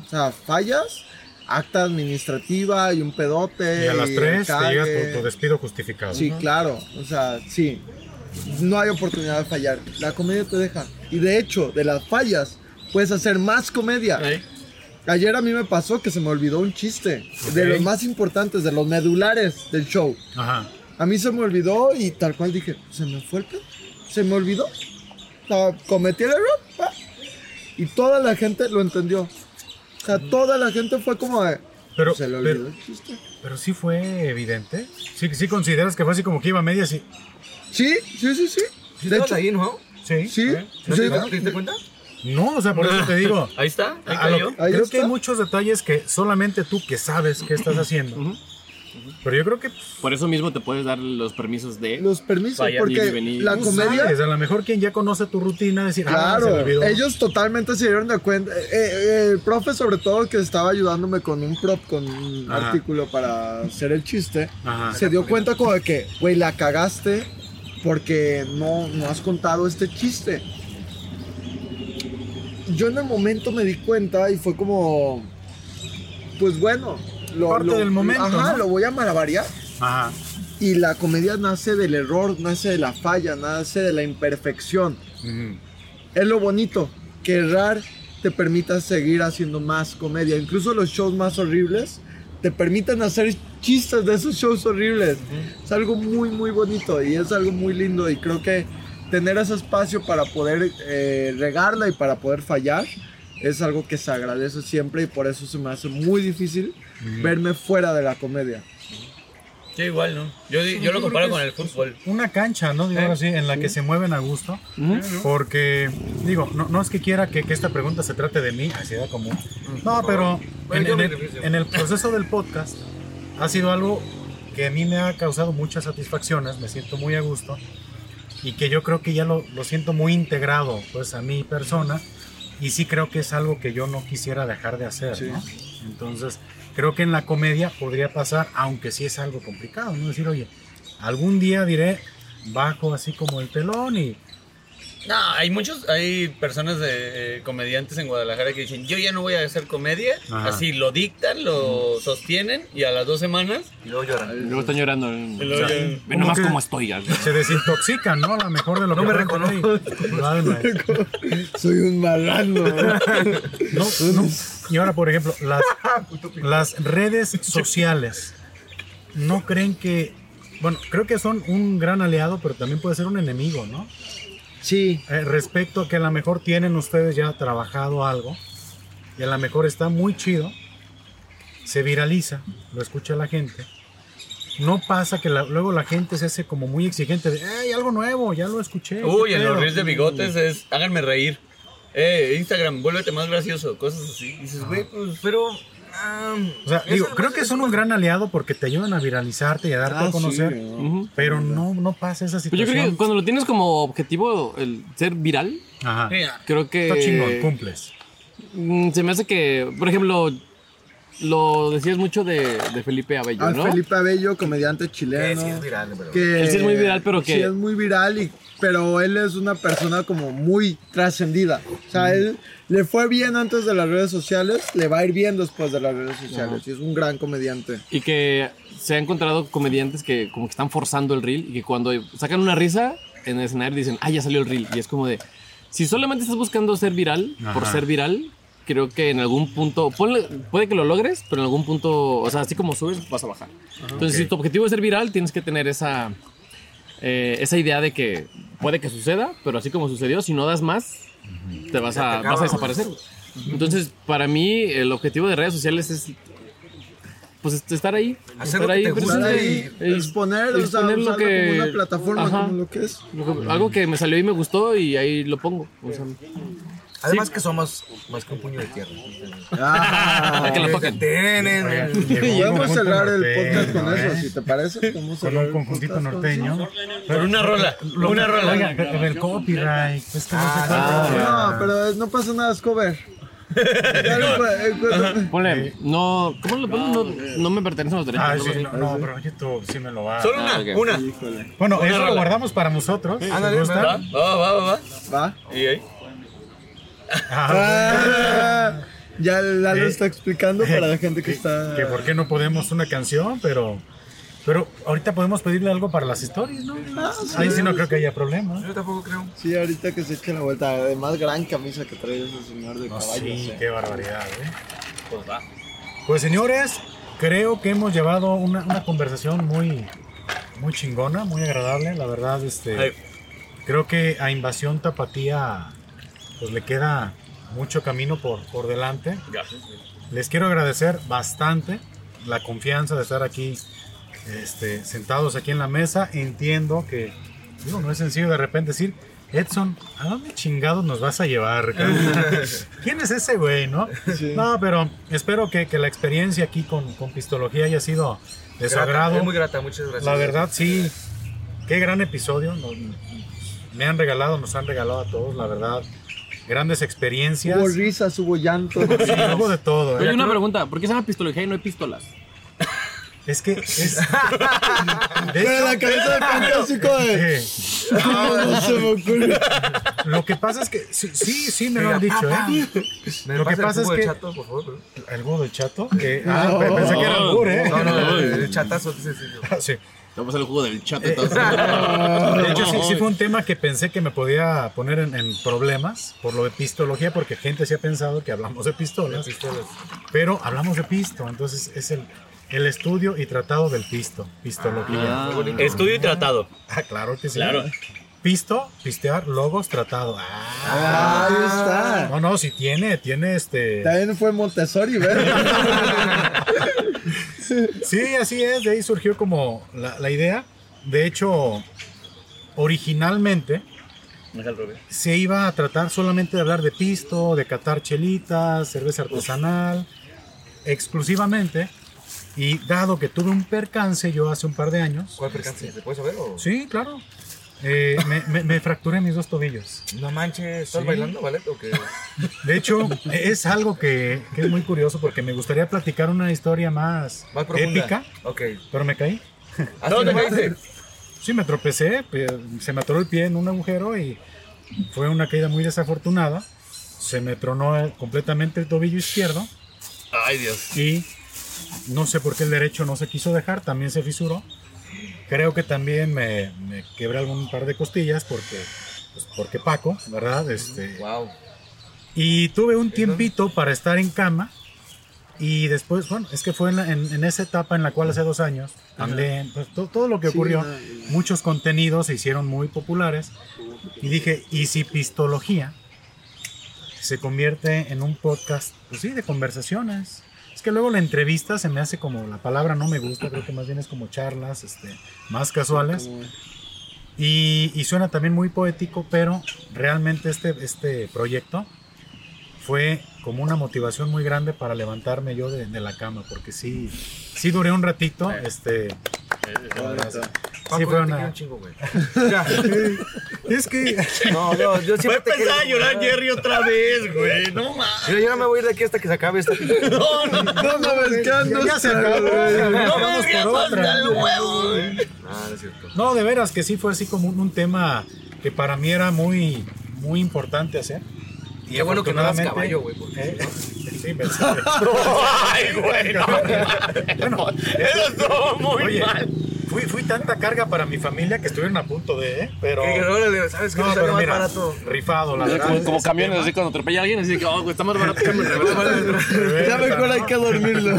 O sea, fallas, acta administrativa y un pedote. Y a las el 3 te llegas cague. por tu despido justificado. Sí, claro. O sea, sí. No hay oportunidad de fallar. La comedia te deja. Y de hecho, de las fallas, puedes hacer más comedia. Ahí. Ayer a mí me pasó que se me olvidó un chiste. De Ok. los más importantes, de los medulares del show. Ajá. A mí se me olvidó y tal cual dije, ¿se me fue el pedo? ¿Se me olvidó? O sea, cometí el error. pa. Y toda la gente lo entendió. O sea, toda la gente fue como de, Pero, se le pero, olvidó el chiste. pero sí fue evidente. Sí, sí consideras que fue así como que iba a medias y. Sí, sí, sí, sí. De hecho, ahí, ¿no? Sí. sí. ¿eh? ¿No sí, te- ¿Te diste cuenta? No, o sea, por eso te digo. Ahí está, ahí A lo- cayó. Ahí creo está. que hay muchos detalles que solamente tú que sabes qué estás haciendo. Pero yo creo que pues, Por eso mismo te puedes dar los permisos de. los permisos, Vaya, ir y porque venir. la tú comedia... sabes, a lo mejor quien ya conoce tu rutina decir, ah, se me Claro, olvidó. ellos totalmente se dieron de cuenta. Eh, eh, el profe, sobre todo, que estaba ayudándome con un prop, con un Ajá. artículo para hacer el chiste, Ajá. se dio cuenta como de que, güey, la cagaste porque no, no has contado este chiste. Yo en el momento me di cuenta y fue como, pues bueno, lo, Parte lo- del momento, ajá, ¿no? lo voy a malabarear. Ajá. Y la comedia nace del error, nace de la falla, nace de la imperfección Ujú. es lo bonito, que errar te permita seguir haciendo más comedia. Incluso los shows más horribles te permiten hacer chistes de esos shows horribles. Es algo muy, muy bonito y es algo muy lindo y creo que tener ese espacio para poder eh, regarla y para poder fallar es algo que se agradece siempre y por eso se me hace muy difícil verme fuera de la comedia. Sí, igual, ¿no? Yo, di- yo lo comparo con el fútbol. Una cancha, ¿no? Digo Eh, así, en la que se mueven a gusto. Porque, digo, no, no es que quiera que, que esta pregunta se trate de mí, así da como. No, pero en, Bueno, yo en me el, beneficio. en el proceso del podcast ha sido algo que a mí me ha causado muchas satisfacciones, me siento muy a gusto y que yo creo que ya lo, lo siento muy integrado pues a mi persona y sí creo que es algo que yo no quisiera dejar de hacer, ¿no? Entonces, creo que en la comedia podría pasar, aunque sí es algo complicado, ¿no? Decir, oye, algún día diré, bajo así como el telón y... No, hay muchos, hay personas de eh, comediantes en Guadalajara que dicen, yo ya no voy a hacer comedia. Ajá. Así lo dictan, lo sostienen y a las dos semanas... Y luego lloran. Luego están llorando. luego ya- Ve nomás que- cómo estoy. ya. Se desintoxican, ¿no? A lo mejor de lo No que me pueden tener y- Vale, maestro. Soy un marrano. No, no. Y ahora, por ejemplo, las, las redes sociales, ¿no creen que... Bueno, creo que son un gran aliado, pero también puede ser un enemigo, ¿no? sí. Eh, respecto a que a lo mejor tienen ustedes ya trabajado algo y a lo mejor está muy chido, se viraliza, lo escucha la gente. No pasa que la- luego la gente se hace como muy exigente de, ¡Ey, algo nuevo! Ya lo escuché. Uy, ¿qué en los pedo?" reels de bigotes es, háganme reír. Eh, Instagram, vuélvete más gracioso, cosas así. Y dices, güey, pues... Pero. ah, O sea, eso digo, no creo es- que son un gran aliado porque te ayudan a viralizarte y a Ah, darte a conocer, Ujú. pero Ah, no, no pasa esa Pues yo situación. creo que cuando lo tienes como objetivo, el ser viral, Ajá. mira, creo que. Está chingón, cumples. Mm, Se me hace que, por ejemplo, lo decías mucho de, de Felipe Abello, Al ¿no? Felipe Abello, comediante Que chileno. sí es viral, pero. que Él sí es muy viral, pero Sí, que- es muy viral, y, pero él es una persona como muy trascendida. O sea, él le fue bien antes de las redes sociales, le va a ir bien después de las redes sociales. Y es un gran comediante. Y que se ha encontrado comediantes que como que están forzando el reel y que cuando sacan una risa en el escenario dicen, ah, ya salió el reel. Y es como de, si solamente estás buscando ser viral por Ajá. ser viral, creo que en algún punto, ponle- puede que lo logres, pero en algún punto, o sea, así como subes, vas a bajar. Entonces, si tu objetivo es ser viral, tienes que tener esa, eh, esa idea de que puede que suceda, pero así como sucedió, si no das más, te vas te a, acabas, vas a desaparecer. Entonces, para mí, el objetivo de redes sociales es pues est- estar ahí. Hacer estar lo que ahí te gusta Estar presente, ahí, eh, exponer, o sea, exponer usarlo como una plataforma, ajá, como lo que es. lo que- algo que me salió y me gustó y ahí lo pongo. O sea, Además que son más, más que un puño de tierra. para que lo toquen. Tienen. Ah, Podemos cerrar el podcast norteño, con eso, ¿eh? si te parece. Podemos Con cerrar un el conjuntito podcast con eso. norteño. por una rola, una rola. Oiga, pero el copyright. Es que no se puede. Ah, No, pero es- no pasa nada, es cover. Dale, pues, eh, pues, Ponle, no, ¿cómo lo pones? No, no me pertenecen los derechos. Ah, algo sí, así. no, no, pero YouTube sí me lo va. Solo una, Ah, ok. una. Bueno, eso lo rola. guardamos para nosotros. si Ándale, gustan. ¿verdad? Va, va, va, va, va. Va. Y ahí. Ah, Ah, ya Lalo Eh. está explicando para la gente que está. Que por qué no podemos una canción, pero. Pero ahorita podemos pedirle algo para las historias, ¿no? Ah, Ahí sí no creo que haya problema. Yo tampoco creo. Sí, ahorita que se eche la vuelta. Además, gran camisa que trae ese señor de No, caballos. sí, eh. qué barbaridad, ¿eh? Pues va. Pues señores, creo que hemos llevado una, una conversación muy, muy chingona, muy agradable. La verdad, este. Ay, creo que a Invasión Tapatía pues le queda mucho camino por, por delante. gracias. Les quiero agradecer bastante la confianza de estar aquí este, sentados aquí en la mesa. Entiendo que digo, no es sencillo de repente decir, Edson, ¿a dónde chingados nos vas a llevar? cabrón? ¿Quién es ese güey, no? No, pero espero que, que la experiencia aquí con, con Pistología haya sido de su Grata, agrado. Es muy grata, muchas gracias. La verdad, sí. Qué gran episodio. nos- me han regalado, nos han regalado a todos, la verdad. Grandes experiencias. Hubo risas, hubo llanto. Sí, hubo de todo. ¿eh? Oye, una pregunta, ¿por qué se llama pistología y no hay pistolas? Es que es. De Pero hecho, la cabeza de fantástico de. eh, "Ah, no se me ocurre. lo que pasa es que. Sí, sí, sí me lo Mira, han dicho, papá. ¿eh? ¿Me Lo que pasa el pasa es jugo de que- chato, por favor? El huevo del chato. que- ah, pe- pensé que era el albur, ¿eh? No, no, el chatazo, dice sí, yo. Sí. Te vamos a el jugo del chat y todo eso. De hecho, sí, sí fue un tema que pensé que me podía poner en, en problemas por lo de pistología, porque gente sí ha pensado que hablamos de pistolas, pero hablamos de pisto, entonces es el, el estudio y tratado del pisto, pistología. Ah. Estudio y tratado. Ah, claro que sí. Claro. Pisto, pistear, logos, tratado. Ah, Ah, ahí está. no, no, si tiene, tiene este. También fue Montessori, ¿verdad? Sí, así es, de ahí surgió como la, la idea. De hecho, originalmente No es al revés. se iba a tratar solamente de hablar de pisto, de catar chelitas, cerveza artesanal, exclusivamente. Y dado que tuve un percance yo hace un par de años. ¿Cuál percance? ¿Se puede saber o...? Sí, claro. eh, me, me- me fracturé mis dos tobillos. No manches, ¿estás Sí. bailando, vale? ¿O qué? De hecho, es algo que, que es muy curioso porque me gustaría platicar una historia más, Más profunda. épica, Ok. pero me caí. ¿Hasta dónde caíste? pues Sí, me tropecé, pe- se me atoró el pie en un agujero y fue una caída muy desafortunada. Se me tronó el- completamente el tobillo izquierdo Ay, Dios. y no sé por qué el derecho no se quiso dejar, también se fisuró. Creo que también me, me quebré algún par de costillas porque, pues, porque Paco, ¿verdad? Este, Wow. y tuve un tiempito para estar en cama. Y después, bueno, es que fue en, la- en- en esa etapa en la cual hace dos años, andé, pues, to- todo lo que ocurrió, muchos contenidos se hicieron muy populares. Y dije, ¿y si Pistología se convierte en un podcast, pues sí, de conversaciones? Es que luego la entrevista se me hace como, la palabra no me gusta, creo que más bien es como charlas este, más casuales. Y, y suena también muy poético, pero realmente este, este proyecto fue como una motivación muy grande para levantarme yo de, de la cama, porque sí, sí duré un ratito, este, Paco, sí yo fue te quiero una... un chingo, güey. Ya. Es que... No, yo, yo Va a siempre te empezar a quiero- llorar Jerry otra vez, güey. No mames. Mira, yo no me voy a ir de aquí hasta que se acabe esta pinche- No, no, no. No mames, ¿qué andas? Ya se acabó. No Vamos me por rías otra. hasta el huevo, güey. Ah, no es cierto. No, de veras que sí fue así como un, un tema que para mí era muy, muy importante hacer. Y Qué bueno que no eras afortunadamente- caballo, güey, porque ¿Eh? Sí, pensé. Ay, güey, no. Bueno, Eso estuvo muy Oye, mal. fui, fui tanta carga para mi familia que estuvieron a punto de, ¿eh? pero... Que- que órale, ¿sabes qué? No, Me salió pero más mira, barato. rifado, la verdad. Este, Como, como ese camiones, tema. así cuando atropella a alguien, así de que, oh, güey, está más barato que me regresa". Ya mejor hay que dormirlo.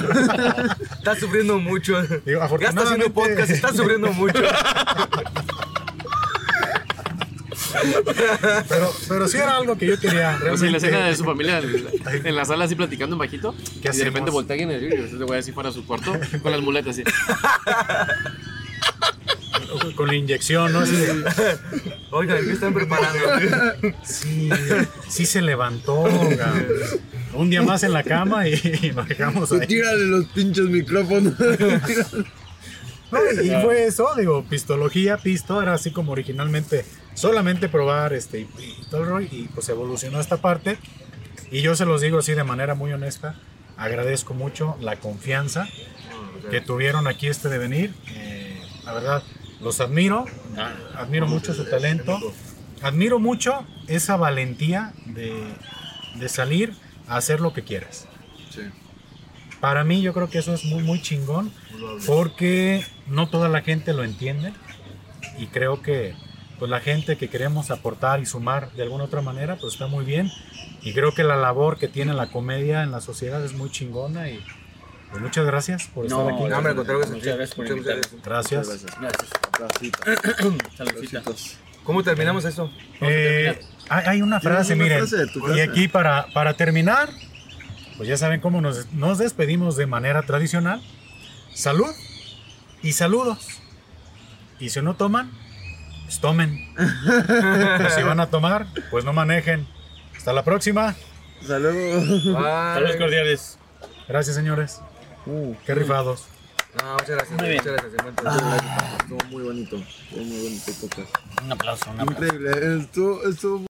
Estás sufriendo mucho. Digo, Ya estás haciendo afortunadamente- podcast, estás sufriendo mucho. Pero, pero sí era algo que yo quería O sea, la escena de realmente. su familia en, en la sala así platicando en bajito. Y de repente hacemos? voltea alguien y le voy así para su cuarto con las muletas así. Con la inyección, ¿no? Así de, Oigan, ¿qué están preparando? sí, sí se levantó, cabrón. Un día más en la cama y, y nos dejamos ahí. Tírale los pinches micrófonos. No, y y fue eso, digo, pistología, pisto, era así como originalmente solamente probar este y, y todo el rollo, y pues evolucionó esta parte. Y yo se los digo así de manera muy honesta, agradezco mucho la confianza que tuvieron aquí este devenir. Eh, la verdad, los admiro, admiro mucho su talento, admiro mucho esa valentía de, de salir a hacer lo que quieras. Para mí yo creo que eso es muy, muy chingón porque no toda la gente lo entiende y creo que pues, la gente que queremos aportar y sumar de alguna otra manera pues está muy bien y creo que la labor que tiene la comedia en la sociedad es muy chingona y pues, muchas gracias por estar aquí. no, hombre, al contrario, gracias a ti. Muchas gracias por Muchas invitarme. gracias. Gracias. Gracias. Saludcita. ¿Cómo terminamos esto? Eh, hay, hay una frase, una miren. frase de tu y frase. aquí para, para terminar, pues ya saben cómo nos, nos despedimos de manera tradicional. Salud y saludos. Y si no toman, pues tomen. Y si van a tomar, pues no manejen. Hasta la próxima. Saludos. Saludos Bye. cordiales. Gracias, señores. Uh, Qué rifados. No, muchas gracias. Muy bien. Ah. Muchas gracias. encuentro. Estuvo muy bonito. Estuvo muy bonito, podcast. Un aplauso, un aplauso. Increíble. Estuvo, estuvo